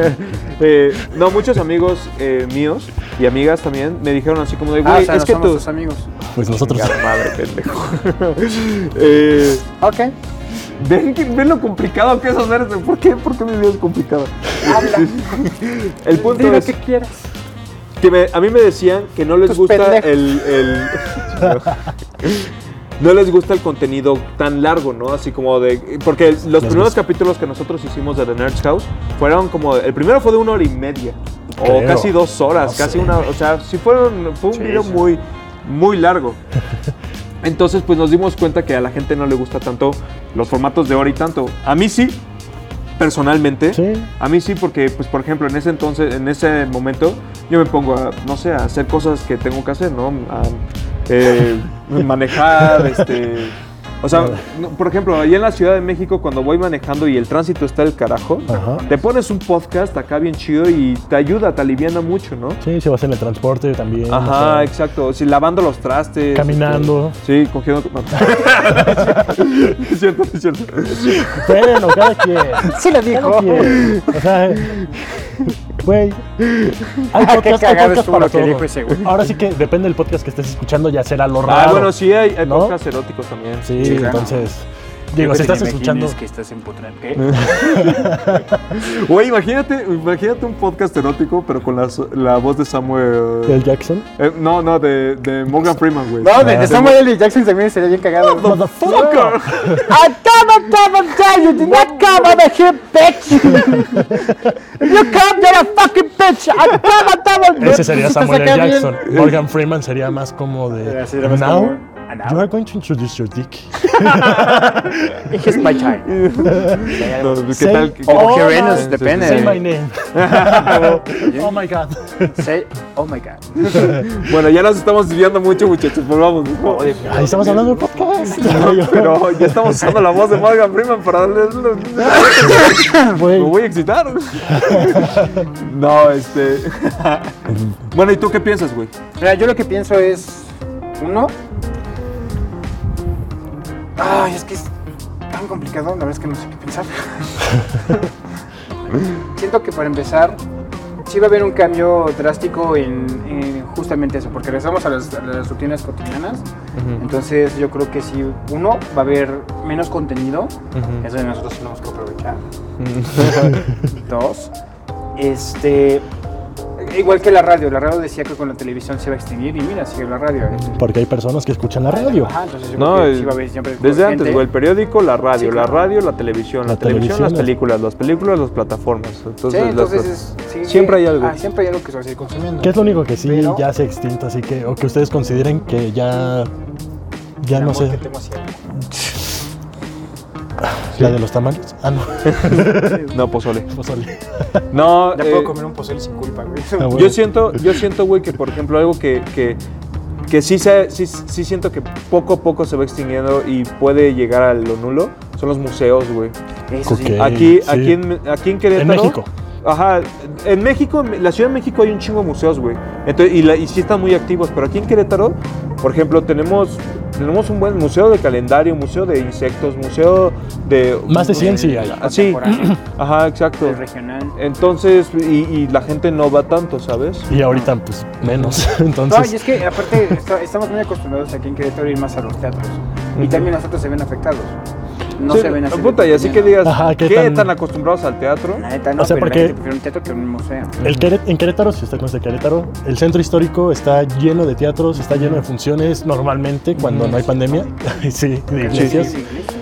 eh, no, muchos amigos eh, míos y amigas también me dijeron así como de, Ah, güey, o sea, es no que somos tú... tus amigos. Pues nosotros... Chinga madre, pendejo. Eh, Ok. ¿Ven, que- ven lo complicado que es hacerse. ¿Por qué? ¿Por qué mi vida es complicada? Habla. El punto Di lo es que quieras. que me- a mí me decían que no les Tus gusta pendejos. el, el- no les gusta el contenido tan largo, ¿no? Así como de porque los primeros gusta. capítulos que nosotros hicimos de The Nerd's House fueron como el primero fue de una hora y media o Creo. casi dos horas, No casi sé, una, o sea, sí fueron fue un Sí, video sí. muy muy largo. Entonces, pues nos dimos cuenta que a la gente no le gusta tanto los formatos de hora y tanto. A mí sí, personalmente. Sí. A mí sí, porque, pues, por ejemplo, en ese entonces, en ese momento, yo me pongo a, no sé, a hacer cosas que tengo que hacer, ¿no? A eh, manejar, este... O sea, no, por ejemplo, allá en la Ciudad de México, cuando voy manejando y el tránsito está del carajo, Ajá. te pones un podcast acá bien chido y te ayuda, te aliviana mucho, ¿no? Sí, si vas en el transporte también. Ajá, o sea, exacto. Sí, lavando los trastes. Caminando. este, sí, cogiendo. no. es cierto, es cierto. Bueno, cada quien. Sí lo Cada quien. O sea, güey. Ah, Hay qué podcast, hay cagado podcast estuvo para lo que todo. dijo ese güey. Ahora sí que depende del podcast que estés escuchando, ya será lo Ah, raro. bueno, sí, hay, hay ¿No? podcasts eróticos también. Sí, Sí, claro. entonces. Digo, si te estás imagines escuchando. que estás empotrando. ¿Qué? Güey, imagínate, imagínate un podcast erótico, pero con la, so- la voz de Samuel. Del Jackson. eh, no, no, de, de Morgan Freeman, güey. Ah, Ah, No, de, de Samuel L. Jackson también sería bien cagado. Fucker. I come and come and tell you, did not come out of here, bitch. If you come, you're a fucking bitch. I come and come and Ese sería Te Samuel L. saca bien. Jackson. Morgan Freeman sería más como de. Eh, sería más now, como, "And now." you are going to introduce your dick. Here's my time. No, ¿Qué Say- tal? O Oh, Herenos, no. depende. Say my name. oh my god. Say, oh my god. Bueno, ya nos estamos desviando mucho, muchachos, pero vamos. ¿no? Ahí estamos hablando de podcast. Pero ya estamos usando la voz de Morgan Freeman para darle. Güey, Me voy a excitar. no, este. bueno, ¿y tú qué piensas, güey? Mira, yo lo que pienso es. Uno. Ay, es que es tan complicado, la verdad es que no sé qué pensar. Siento que para empezar, sí va a haber un cambio drástico en, en justamente eso, porque regresamos a las, a las rutinas cotidianas. Entonces, yo creo que sí, uno, va a haber menos contenido, Ujú. eso de nosotros tenemos que aprovechar. Mm. Dos, este. Igual que la radio, la radio decía que con la televisión se iba a extinguir y mira, sigue la radio. ¿eh? Porque hay personas que escuchan la radio. Ajá, entonces yo No, creo que el- sí va a haber siempre desde gente. antes, güey, el periódico, la radio, Sí, la claro. radio, la televisión, la, La televisión, las televisión, películas, las películas, las plataformas. Sí, Entonces, las entonces cosas. es- sí, siempre sí. hay algo. Ah, siempre hay algo que se va a seguir consumiendo. Que es lo único que sí Pero- ya se ha extinto, así que, o que ustedes consideren que ya, ya no sé, la de los tamales. Ah, no, No, pozole. pozole. No, Ya eh, puedo comer un pozole sin culpa, güey. Ah, bueno. Yo siento, yo siento, güey, que por ejemplo algo que, que, que sí, se- sí, sí siento que poco a poco se va extinguiendo y puede llegar a lo nulo son los museos, güey. Eso sí. Ah, Ok. Eh, Aquí, sí. aquí, en, aquí en Querétaro. En México. Ajá, en México, en la Ciudad de México hay un chingo de museos, güey. Entonces, y, la- y sí están muy activos, pero aquí en Querétaro, por ejemplo, tenemos, tenemos un buen museo de calendario, museo de insectos, museo de... Más de 100 sí hay. Ah, sí. Contemporáneo, Ajá, exacto. el regional. Entonces, y, y la gente no va tanto, ¿sabes? Y ahorita, pues, menos. No, y Entonces, es que aparte está- estamos muy acostumbrados aquí en Querétaro a ir más a los teatros. Y también los teatros se ven afectados. No Sí, se ven así. de Puta, y así que digas, Ajá, ¿qué, ¿qué tan... tan- acostumbrados al teatro? La neta, no, O sea, pero la porque- gente prefiere un teatro que un museo. el Queret- en Querétaro, si usted conoce Querétaro, el centro histórico está lleno de teatros, está lleno de funciones normalmente cuando Mm. no hay pandemia. sí, de iglesias. Sí, sí, sí.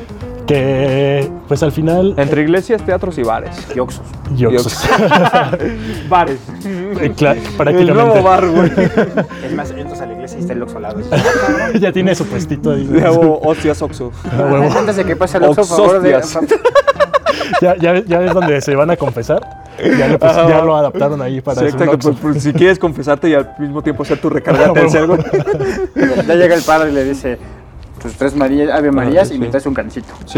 Que, pues, al final... eh, Entre iglesias, teatros y bares. Y Oxxos. Yo- bares. Claro, El nuevo prácticamente. bar, güey. Es más, entras a la iglesia y está el Oxxo al lado. ya tiene su puestito ahí. Nuevo hostias Oxxo. A huevo. Antes de que pase el Oxxo, por favor, de, Oxostias. ya, ya, ves- ya ves donde se van a confesar. Ya, le pus- Ajá. ya lo adaptaron ahí para Sí, hacer un exacto, Oxxo. Ah, pues, pues, si quieres confesarte y al mismo tiempo hacer tu recarga de tercer, güey. ya llega el padre y le dice tus tres Marías, Ave Marías y sí. me traes un cancito. Sí,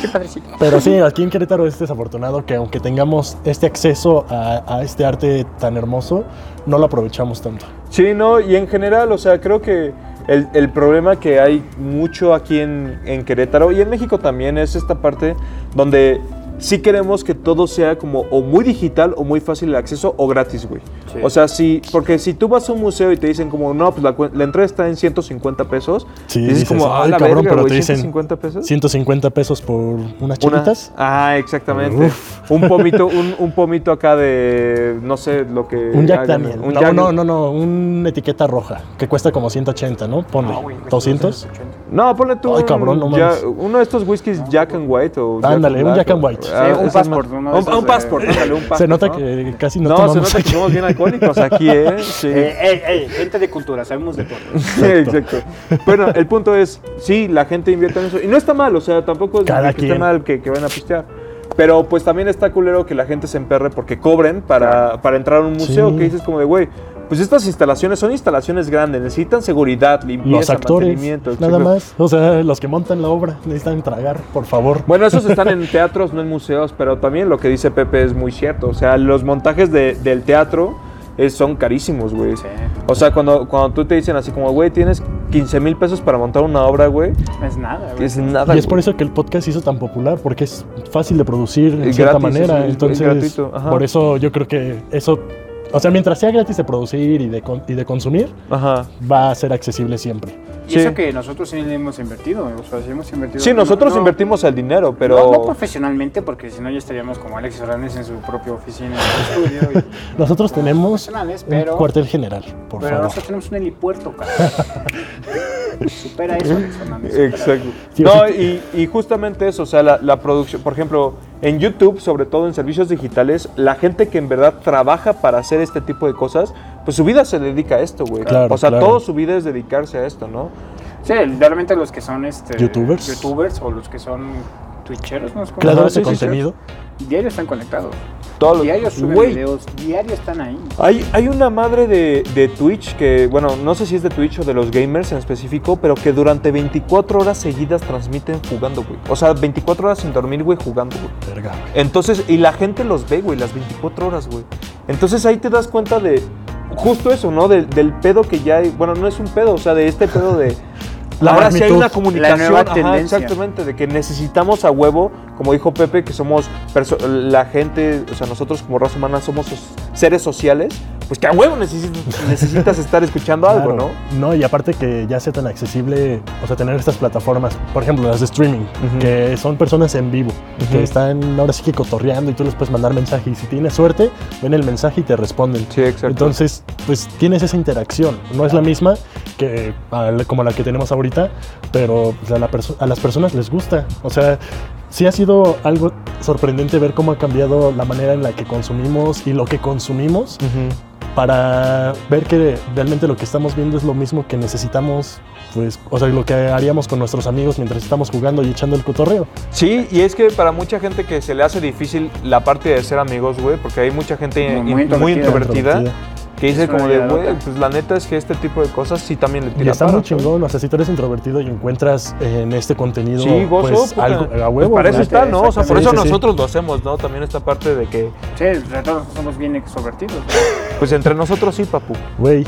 Sí, padrecito. Pero sí, aquí en Querétaro es desafortunado que aunque tengamos este acceso a, a este arte tan hermoso, no lo aprovechamos tanto. Sí, no, y en general, o sea, creo que el, el problema que hay mucho aquí en, en Querétaro y en México también es esta parte donde sí queremos que todo sea como o muy digital o muy fácil de acceso o gratis, güey. Sí. O sea, sí, porque si tú vas a un museo y te dicen como, no, pues la, cuen- la entrada está en 150 pesos, Sí, dices, dices, como, ah, "Ay, la cabrón, verga, pero güey, te dicen 150 pesos. 150 pesos por unas Una- chiquitas. Ah, exactamente. Un pomito, un, un pomito acá de no sé lo que. Un Jack hagan. Daniel. Un no, Jack- no, no, no, una etiqueta roja que cuesta como 180, ¿no? Ponle. Ah, No, güey, me estoy 200. haciendo No, ponle tú. Ay, un cabrón, no ya- mames. uno de estos whiskies Jack and White o. Ándale, un Black, Jack and o- White. ah, Sí, un ese es más- passport, uno de Un, esos un de- passport, ándale, un passport. Se nota ¿no? que casi no, No, se tomamos nota que aquí. somos bien alcohólicos aquí, ¿eh? Sí. 80. Eh, ey, ey, gente de cultura, sabemos de todo. Sí, exacto. Bueno, el punto es, sí, la gente invierte en eso. Y no está mal, o sea, tampoco es Cada que esté quien. mal que, que van a pistear. Pero pues también está culero que la gente se emperre porque cobren para, para entrar a un museo. Sí. Que dices como de, güey, Pues estas instalaciones son instalaciones grandes, necesitan seguridad, limpieza, Los actores, mantenimiento. nada etcétera. más. O sea, los que montan la obra necesitan tragar, por favor. Bueno, esos están en teatros, no en museos, pero también lo que dice Pepe es muy cierto. O sea, los montajes de- del teatro eh, son carísimos, güey. Sí. O sea, cuando, cuando tú te dicen así como, güey, tienes 15 mil pesos para montar una obra, güey, No es nada, güey. es nada. y es por güey. eso que el podcast se hizo tan popular, porque es fácil de producir de Es cierta gratis, es- manera. es Entonces, gratuito, ajá. por eso yo creo que eso, o sea, mientras sea gratis de producir y de, con- y de consumir, Ajá. va a ser accesible siempre. Y Sí. eso que nosotros sí le hemos invertido, o sea, sí hemos invertido. Sí, No- nosotros no- invertimos el dinero, pero. No, no profesionalmente, porque si no ya estaríamos como Alex Fernández en su propia oficina, en su estudio. y- Nosotros tenemos profesionales, un pero- cuartel general, por pero favor. nosotros tenemos un helipuerto, cabrón. Supera eso, Alex Fernández. supera. Exacto. Sí, o no, sea, y, y justamente eso, o sea, la, la producción, por ejemplo, en YouTube, sobre todo en servicios digitales, la gente que en verdad trabaja para hacer este tipo de cosas, pues su vida se dedica a esto, güey. Claro, o sea, claro. toda su vida es dedicarse a esto, ¿no? Sí, realmente los que son este, ¿Youtubers? youtubers o los que son twitcheros, ¿no? ¿Cómo Creadores se de llama? contenido. Diario están conectados. Todos los- Diario suben Güey. videos, diario están ahí. Hay, hay una madre de, de Twitch que, bueno, no sé si es de Twitch o de los gamers en específico, pero que durante 24 horas seguidas transmiten jugando, güey. O sea, 24 horas sin dormir, güey, jugando, güey. Verga, güey. Entonces, y la gente los ve, güey, las 24 horas, güey. Entonces ahí te das cuenta de justo eso, ¿no? Del, del pedo que ya hay. Bueno, no es un pedo, o sea, de este pedo de. La Ahora sí hay magnitud. una comunicación. La nueva ajá, tendencia. exactamente, de que necesitamos a huevo, como dijo Pepe, que somos perso- la gente, o sea, nosotros como raza humana somos sos- seres sociales, pues que a huevo necesi- necesitas estar escuchando algo, Claro. ¿no? No, y aparte que ya sea tan accesible, o sea, tener estas plataformas, por ejemplo, las de streaming, Ujú. que son personas en vivo, Ujú. que están ahora sí que cotorreando y tú les puedes mandar mensaje y si tienes suerte, ven el mensaje y te responden. Sí, exacto. Entonces, pues tienes esa interacción. No es la misma que a la- como la que tenemos ahorita, pero pues, a, la perso- a las personas les gusta. O sea, sí ha sido algo sorprendente ver cómo ha cambiado la manera en la que consumimos y lo que consumimos para ver que realmente lo que estamos viendo es lo mismo que necesitamos, pues, o sea, lo que haríamos con nuestros amigos mientras estamos jugando y echando el cotorreo. Sí, y es que para mucha gente que se le hace difícil la parte de ser amigos, güey, porque hay mucha gente Muy in- muy, introvertida. introvertida, que dice Es una como de, güey, ligadota. pues la neta es que este tipo de cosas sí también le Y tira está paro, muy ¿sabes? chingón, o sea, si tú eres introvertido y encuentras en este contenido Sí, gozo, pues, puta. algo a Pues huevo. para eso güey. está, ¿no? O sea, por Sí, eso sí, sí. nosotros lo hacemos, ¿no? También esta parte de que, Sí, nosotros somos bien extrovertidos. pues entre nosotros sí, papu. Güey.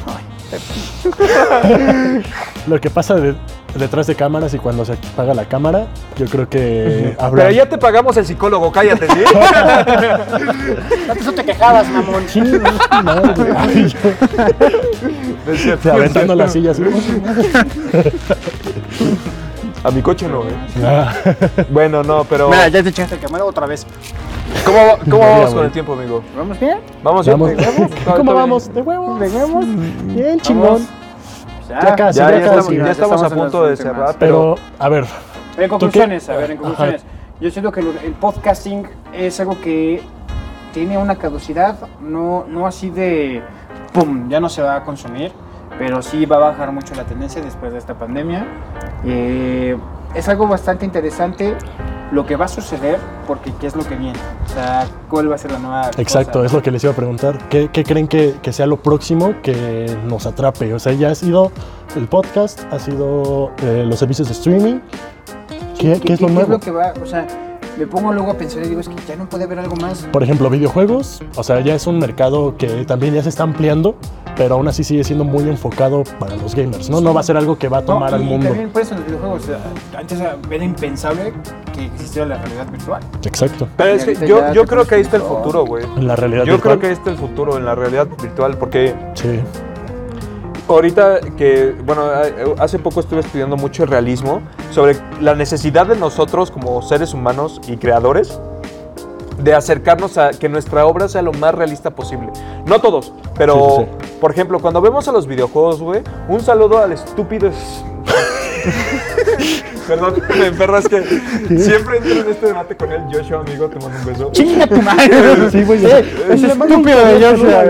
lo que pasa de- detrás de cámaras y cuando se apaga la cámara, yo creo que habrá... Pero ya te pagamos el psicólogo, cállate, ¿sí? Antes tú te quejabas, mamón. Chingue su madre, güey. Ay, yo- Te Aventando las sillas. A mi coche no, ¿eh? Ah. Bueno, no, pero... Mira, ya te echaste el cámara otra vez. ¿Cómo, va- cómo Ya, vamos con güey. el tiempo, amigo? ¿Vamos bien? ¿Vamos bien? Vamos. ¿Te- ¿Todo- ¿Cómo todo vamos? bien? De huevos. Mm, ¿Le Bien chingón. Ya, Ya casi, Ya, ya ya, casi. estamos, ya Ya estamos a estamos en punto las de cerrar, últimas. pero... Pero, a ver, En qué? conclusiones, a ver, en Ajá. conclusiones. Yo siento que el, el podcasting es algo que tiene una caducidad, no, no así de pum, ya no se va a consumir, pero sí va a bajar mucho la tendencia después de esta pandemia. Eh, es algo bastante interesante lo que va a suceder, porque qué es lo que viene. O sea, cuál va a ser la nueva. exacto, cosa? es lo que les iba a preguntar. ¿Qué, qué creen que, que sea lo próximo que nos atrape? O sea, ya ha sido el podcast, ha sido eh, los servicios de streaming. ¿Qué, qué es lo nuevo? que va? O sea, me pongo luego a pensar y digo, es que ya no puede haber algo más. Por ejemplo, videojuegos. O sea, ya es un mercado que también ya se está ampliando, pero aún así sigue siendo muy enfocado para los gamers, ¿no? No va a ser algo que va a tomar no, al y mundo. También por eso en los videojuegos, o sea, antes era impensable que existiera la realidad virtual. Exacto. Pero es Y que ahorita yo, ya yo te creo que ahí está el presentó. futuro, güey. En la realidad Yo creo virtual. que ahí está el futuro, en la realidad virtual, porque Sí. ahorita que, bueno, a- hace poco estuve estudiando mucho el realismo sobre la necesidad de nosotros como seres humanos y creadores de acercarnos a que nuestra obra sea lo más realista posible. No todos, pero, Sí, por ejemplo, cuando vemos a los videojuegos, güey, un saludo al estúpido... Perdón, me perra, es que siempre entro en este debate con él. Joshua, amigo, te mando un beso. ¡Chinga tu madre! Sí, güey. Eh, es estúpido de Joshua.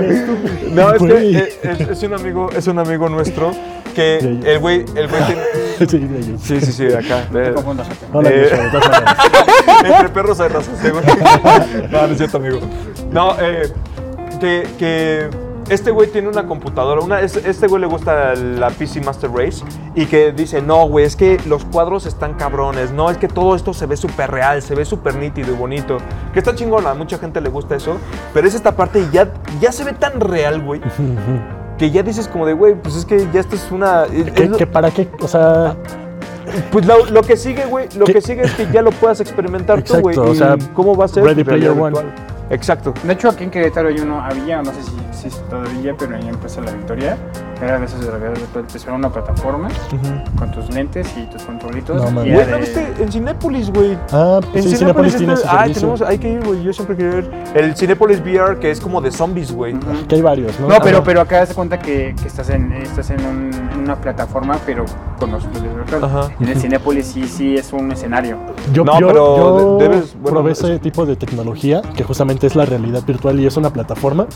No, es Güey. que eh, es, es un amigo, es un amigo nuestro que Ya, ya. el güey, el güey tiene... Sí, de ellos. Sí, sí, sí, de acá. No de- te confundas. Hola, Eh. Joshua, de todas maneras. entre perros hay razas, seguro. No, no es cierto, amigo. No, eh, que, que Este güey tiene una computadora, una, es- este güey le gusta la PC Master Race y que dice, no, güey, es que los cuadros están cabrones, no, es que todo esto se ve súper real, se ve súper nítido y bonito, que está chingona, a mucha gente le gusta eso, pero es esta parte y ya, ya se ve tan real, güey, que ya dices como de, güey, pues es que ya esto es una... es- ¿Qué- es lo- qué- para qué? O sea, pues lo, lo que sigue, güey, lo ¿Qué? que sigue es que ya lo puedas experimentar tú, güey. Exacto, o y sea, ¿cómo va a ser? Ready Realidad Player One. virtual. Exacto. De hecho, aquí en Querétaro hay uno, había, no sé si existe todavía, pero ahí empresa La Victoria. Era de esos de realidad virtual, pues era una plataforma con tus lentes y tus controlitos. No, y mames. era Güey, ¿no de- viste? En Cinépolis, güey. ah, pues sí, Cinépolis tiene ese está- ah, servicio. tenemos, hay que ir, güey. Yo siempre quería ver el Cinépolis VR, que es como de zombies, güey. Ujú. Que hay varios, ¿no? No, pero, Ah, pero acá das cuenta que, que estás en, estás en, un- en una plataforma, pero con los virtuales. Ajá. En el Cinépolis sí, sí es un escenario. Yo, No, yo- pero yo de- debes- bueno, probé es- ese tipo de tecnología que justamente es la realidad virtual y es una plataforma.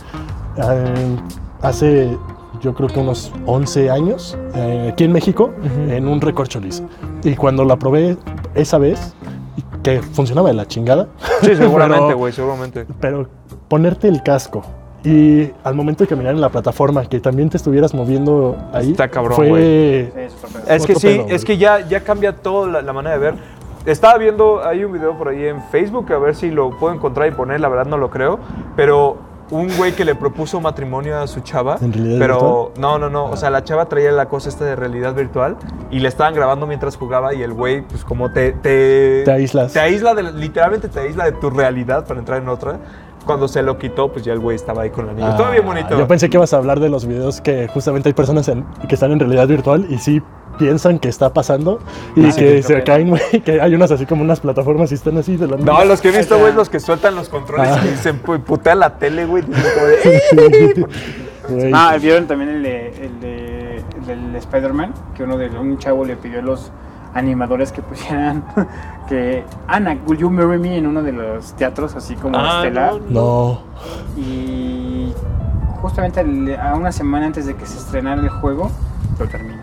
eh, hace yo creo que unos 11 años eh, aquí en México en un recorcholis. Y cuando la probé esa vez, que funcionaba de la chingada, Sí, seguramente, Pero- güey, seguramente. pero ponerte el casco y al momento de caminar en la plataforma que también te estuvieras moviendo ahí Está cabrón, fue Sí, es otro pedo. Es que Otro sí, pedo, es güey. que ya, ya cambia toda la, la manera de ver. Estaba viendo, hay un video por ahí en Facebook, a ver si lo puedo encontrar y poner, la verdad no lo creo, pero un güey que le propuso matrimonio a su chava, ¿En realidad Ah. pero no, no, no, o sea, la chava traía la cosa esta de realidad virtual y le estaban grabando mientras jugaba y el güey, pues como te... Te, Te aíslas. Te aísla, de, literalmente te aísla de tu realidad para entrar en otra. Cuando se lo quitó, pues ya el güey estaba ahí con la niña. Ah, Estaba bien bonito. Yo pensé que ibas a hablar de los videos que justamente hay personas en- que están en realidad virtual y sí piensan que está pasando y Ah, sí, que sí, se sí. caen, güey, que hay unas así como unas plataformas y están así de la No, los que he visto, O sea- güey, es los que sueltan los controles Ah. y dicen, "Pu- putea la tele, güey. Dicen como de, "Eh". Güey, Ah, ¿vieron también el, de, el, de, el del Spider-Man? Que uno de un chavo le pidió a los animadores que pusieran que Ana, will you marry me? en uno de los teatros, así como Ah, Estela. no. no. Y justamente al- a una semana antes de que se estrenara el juego, lo termina.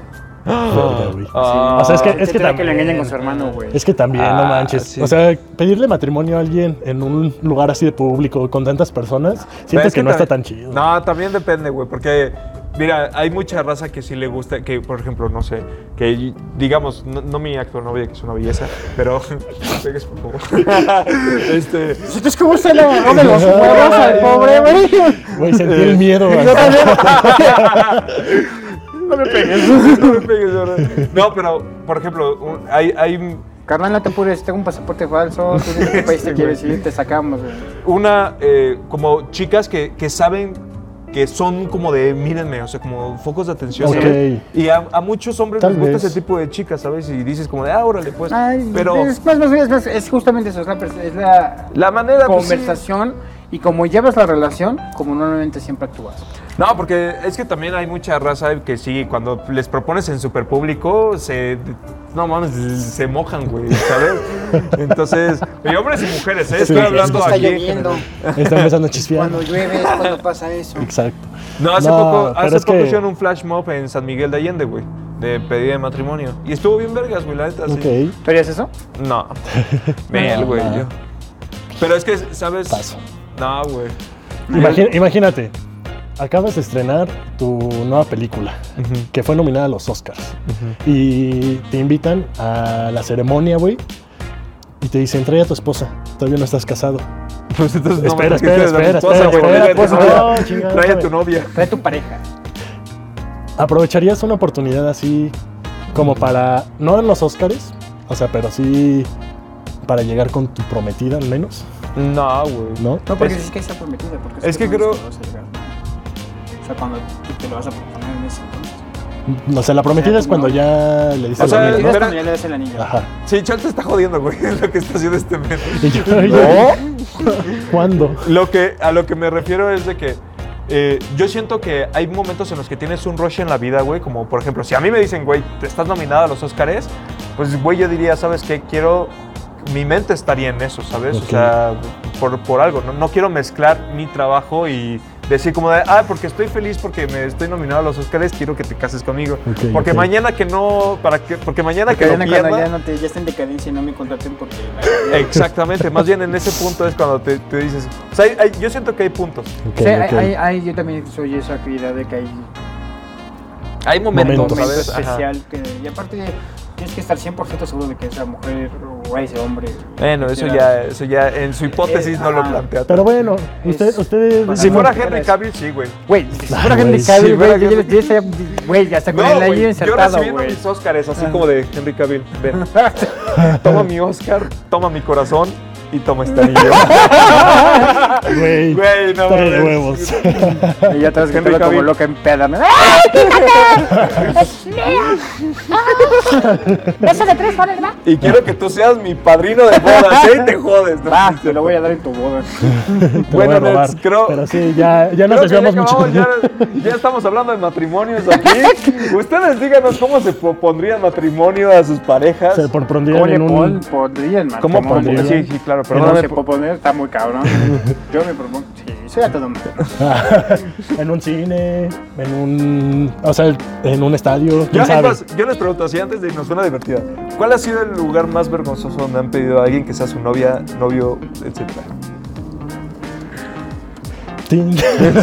verga, güey. Ah. O sea, es que, es Es que que lo engañan también. con su hermano, güey. Es que también, no Ah, manches. sí. O sea, pedirle matrimonio a alguien en un lugar así de público con tantas personas, Pero sientes es que, no tam- está tan chido. No, también depende, güey, porque mira, hay mucha raza que sí le gusta, que por ejemplo, no sé, que digamos, no, no mi actor novia, que es una belleza, pero pegues, por favor. este, Si tú es que gusta le agarró de los huevos al pobre, güey. Güey, sentí el Eh, miedo. güey. no me pegues, no me pegues, de verdad. No, pero por ejemplo, un- hay, hay Carnal, no te apures, tengo un pasaporte falso. Tú dices qué país te quieres ir, te sacamos, güey. una, eh, como chicas que, que saben que son como de mírenme, o sea, como focos de atención. Ok. ¿sabes? Y a, a muchos hombres Tal les gusta vez. ese tipo de chicas, ¿sabes? Y dices como de, ah, órale, pues. Ay, pero es, más, más bien, es, más- es justamente eso, es la, pers- es la la manera... pues, sí. conversación y como llevas la relación, como normalmente siempre actúas. No, porque es que también hay mucha raza que sí, cuando les propones en super público, se... No mames, se mojan, güey, ¿sabes? Entonces, y hombres y mujeres, ¿eh? Sí, Estoy sí, hablando es que aquí. en general. Está empezando a chispear. llueve es cuando pasa eso. Exacto. No, hace No, poco, pero hace es que- poco hicieron un flash mob en San Miguel de Allende, güey. De pedida de matrimonio. Y estuvo bien vergas, güey, la neta. sí. Ok. ¿Tú harías eso? No. Mel, güey, no. yo. Pero es que, ¿sabes? Paso. No, güey. Imagi- imagínate, acabas de estrenar tu nueva película que fue nominada a los Oscars y te invitan a la ceremonia, güey, y te dicen trae a tu esposa. Todavía no estás casado. Pues entonces no Espera, mames, ¿qué quieres espera, de mi espera, esposa, espera, güey? espera, Dile a tu espera, novia. no, chingada, Trae a güey. tu novia. Trae tu pareja. ¿Aprovecharías una oportunidad así como para no en los Oscars, o sea, pero sí para llegar con tu prometida al menos, No, güey. ¿no? No, porque Es- Pues es, que está prometida. Porque es que no creo- te vas a llegar, ¿no? O sea, cuando tú te lo vas a proponer en ese entonces. O sea, la prometida tu es cuando novia. ya le dices Eh, O sea, al Pero amigo, es pero- cuando ya le das el anillo. ¿no? Ajá. Sí, Chal te está jodiendo, güey, es lo que está haciendo este mes. Y yo- ¿Cuándo? Lo que, a lo que me refiero es de que eh, yo siento que hay momentos en los que tienes un rush en la vida, güey. Como por ejemplo, si a mí me dicen, güey, te estás nominada a los Oscars, pues, güey, yo diría, ¿sabes qué? Quiero. Mi mente estaría en eso, ¿sabes? Ok. O sea, por, por algo. No, no quiero mezclar mi trabajo y decir como de, ah, porque estoy feliz porque me estoy nominado a los Oscars, quiero que te cases conmigo. Ok, porque ok. mañana que no, para que, porque mañana Porque que lo mañana cuando ya, pierda. no te, ya está en decadencia y no me contraten porque... la- Exactamente, más bien en ese punto es cuando te, te dices, o sea, hay- hay- yo siento que hay puntos. Ok, Sí, hay- ok. hay- hay- yo también soy esa actividad de que hay Hay momentos, Momentos. momento ¿sabes? Ajá. especial que, y aparte tienes que estar 100% seguro de que esa mujer o ese hombre... Bueno, eso ya, eso ya en su hipótesis no lo Ajá. plantea. Pero bueno, usted, Es- ustedes... Si no, fuera no, Henry no. Cavill, sí, Ah, güey. Güey, si fuera Ay, güey, gente si Cavill, fuera güey, yo- gente- yo estaría- güey, hasta con el No, ahí güey, yo insertado, recibiendo güey. Ah. mis Óscares, así como de Henry Cavill. Ven, toma mi Óscar, toma mi corazón y toma esta anillo. Güey, Güey, no trae de mames. huevos. Y ya atrás Henry gritando como Cavill. loca en peda. ¿no? Beso Ah. de tres, ¿vale, ¿verdad? Y quiero que tú seas mi padrino de bodas, ¿eh? Y te jodes, ¿no? Va, te lo voy a dar en tu boda. Te lo Bueno, voy a robar. Nets, creo- Pero sí, ya, ya nos Creo que ya, desviamos mucho. acabamos, ya- ya estamos hablando de matrimonios aquí. Ustedes díganos cómo se propondrían matrimonio a sus parejas. Se propondrían ¿Cómo le en un... pon- pondrían, man? ¿Cómo propondrían? propondrían? Sí, sí, claro, Pero no perdóname. se puede poner, está muy cabrón. Yo me propongo. Sí, soy a todo mundo. en un cine, en un... O sea, en un estadio, Yo, quién sabe. amigos, yo les pregunto así antes de irnos una divertida. ¿Cuál ha sido el lugar más vergonzoso donde han pedido a alguien que sea su novia, novio, etcétera? Ting.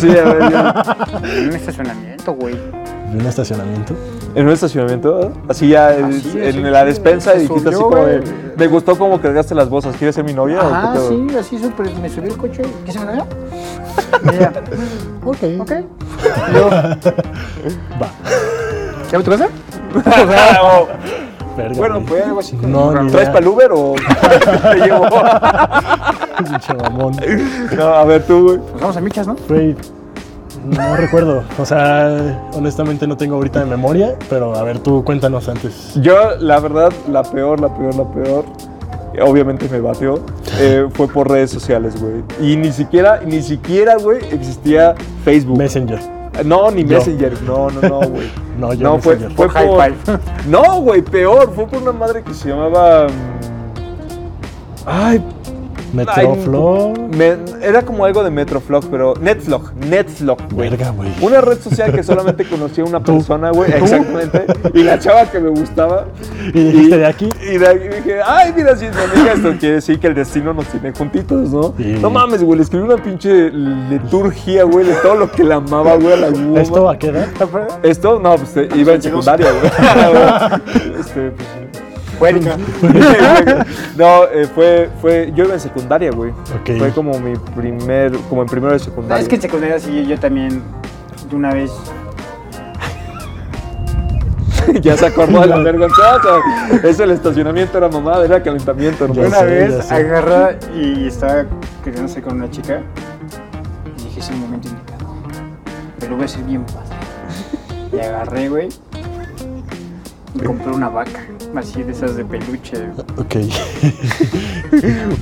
Sí, a ver, yo- En un estacionamiento, güey. ¿En un estacionamiento? En un estacionamiento, así ya eh, Así en- es, en sí, la sí, despensa se y dijiste así subió, como de, güey. me gustó cómo cargaste las bolsas, ¿quieres ser mi novia? o Ah, qué pedo?" sí, así súper. Me subí el coche. ¿Qué se me dio? Mira, Ok. ok. Yo, Va. ¿Ya tu casa? Verga, Ah, oh. Bueno, pues, güey. fue algo así como, No, ni ¿traes idea. para Uber o te llevo? Pinche mamón. no, a ver tú, güey. Nos Pues vamos a Michas, ¿no? Güey, no recuerdo. O sea, honestamente no tengo ahorita de memoria, pero a ver, tú cuéntanos antes. Yo, la verdad, la peor, la peor, la peor, eh, obviamente me bateó, eh, fue por redes sociales, güey. Y ni siquiera, ni siquiera, güey, existía Facebook. Messenger. No, ni Yo. Messenger. No, no, no, güey. No, yo fue, Messenger. fue Por High Five. No, güey, peor. Fue por una madre que se llamaba. mm, Ay, Metroflow. me- era como algo de Metroflog, pero Netflog, Netflog, güey. Verga, güey. Una red social que solamente conocía una persona, güey, exactamente. Y la chava que me gustaba. Y dijiste de aquí. Y de aquí dije, ay, mira, si es mi amiga, esto quiere decir que el destino nos tiene juntitos, ¿no? Sí. No mames, güey, le escribí una pinche liturgia, güey, de todo lo que la amaba, güey, a la woman. ¿Esto a qué edad? Esto, no, pues eh, iba en secundaria, güey. este, pues, Fuérica. no, eh, fue, fue, yo iba en secundaria, güey. Ok. Fue como mi primer, como en primero de secundaria. Es que en secundaria sí, yo también. De una vez. ya se acordó de la vergonzosa. Eso el estacionamiento era mamada, era calentamiento, Ya Una hermano. sé, ya vez sé. agarra y estaba queriéndose con una chica. Y dije, es el momento indicado. Pero voy a ser bien padre. Y agarré, güey. Y compré una vaca. Así de esas de peluche. Ok.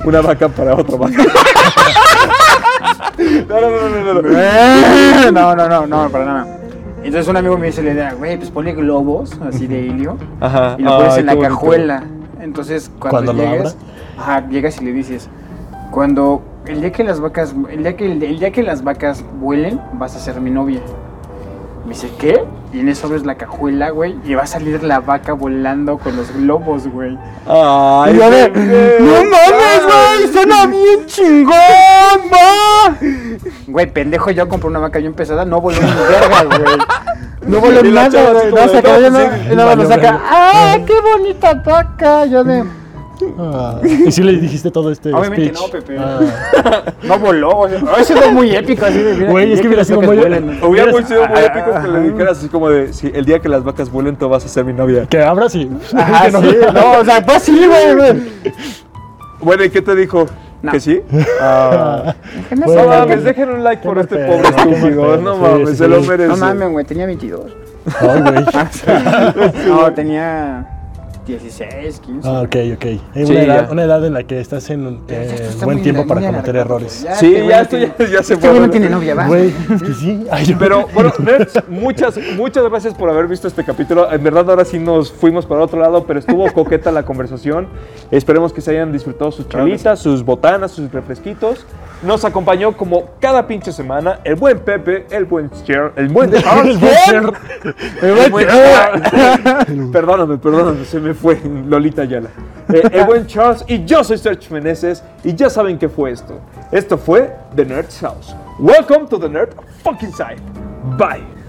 Una vaca para otra vaca. no, no, no, no, no, no. Eh, No, no, no, no, para nada. Entonces un amigo me dice la idea, güey, pues ponle globos así de helio. Ajá. y lo pones Ay, en qué la bonito. cajuela. Entonces, cuando, Cuando lo llegas, ajá, llegas y le dices, cuando el día que las vacas, el día que el, día que las vacas vuelen, vas a ser mi novia. Me dice, ¿qué? Y en eso abres la cajuela, güey, y va a salir la vaca volando con los globos, güey. Ay, Y a ver, bebé. ¡Suena bien chingón, ma! Güey, pendejo, yo compré una vaca bien pesada, no voló ni verga, güey. No voló Y la chava nada, güey. así como No, de, se acabó no, de pues nada. sí, Y nada, me valió saca, verga. ¡ah, qué bonita vaca! Yo de... Ah, y sí le dijiste todo este Obviamente speech. no, Pepe. Ah, No voló, o sea, eso es muy épico, así de... mira, Güey, es ya que hubiera las sido vacas muy- vuelan. Hubiera muy sido Ah, muy épico que le dijeras así como de, si el día que las vacas vuelen, tú vas a ser mi novia. que abras y... Ajá, sí, no, o sea, fue así, güey, güey. Bueno, ¿y qué te dijo? No. ¿Que sí? Ah. Bueno, no mames, qué- dejen un like qué por mal este pedo, pobre qué mal estúpido. pedo, No sí, mames, sí, se lo sí. merece. No mames, güey, tenía 22. Ay, güey. No, tenía 16, 15. Ah, ok, ok. Hay una, Sí, edad, ya. una edad en la que estás en Pero eh, esto está buen muy tiempo la para línea de cometer la cosa, errores. Sí, este güey ya, esto no ya, tiene- ya se Este güey fue. no tiene novia, va. Güey, es que sí. Ay, yo- Pero bueno, nerds, muchas, muchas gracias por haber visto este capítulo. En verdad, ahora sí nos fuimos para otro lado, pero estuvo coqueta la conversación. Esperemos que se hayan disfrutado sus chelitas, sus botanas, sus refresquitos. Nos acompañó como cada pinche semana el buen Pepe, el buen Cher, el buen Charles. El buen Cher. El buen Cher. Perdóname, perdóname, se me fue Lolita Ayala. Eh, el buen Charles y yo soy Sergio Meneses y ya saben qué fue esto. Esto fue The Nerd's House. Welcome to the Nerd Fucking Side. Bye.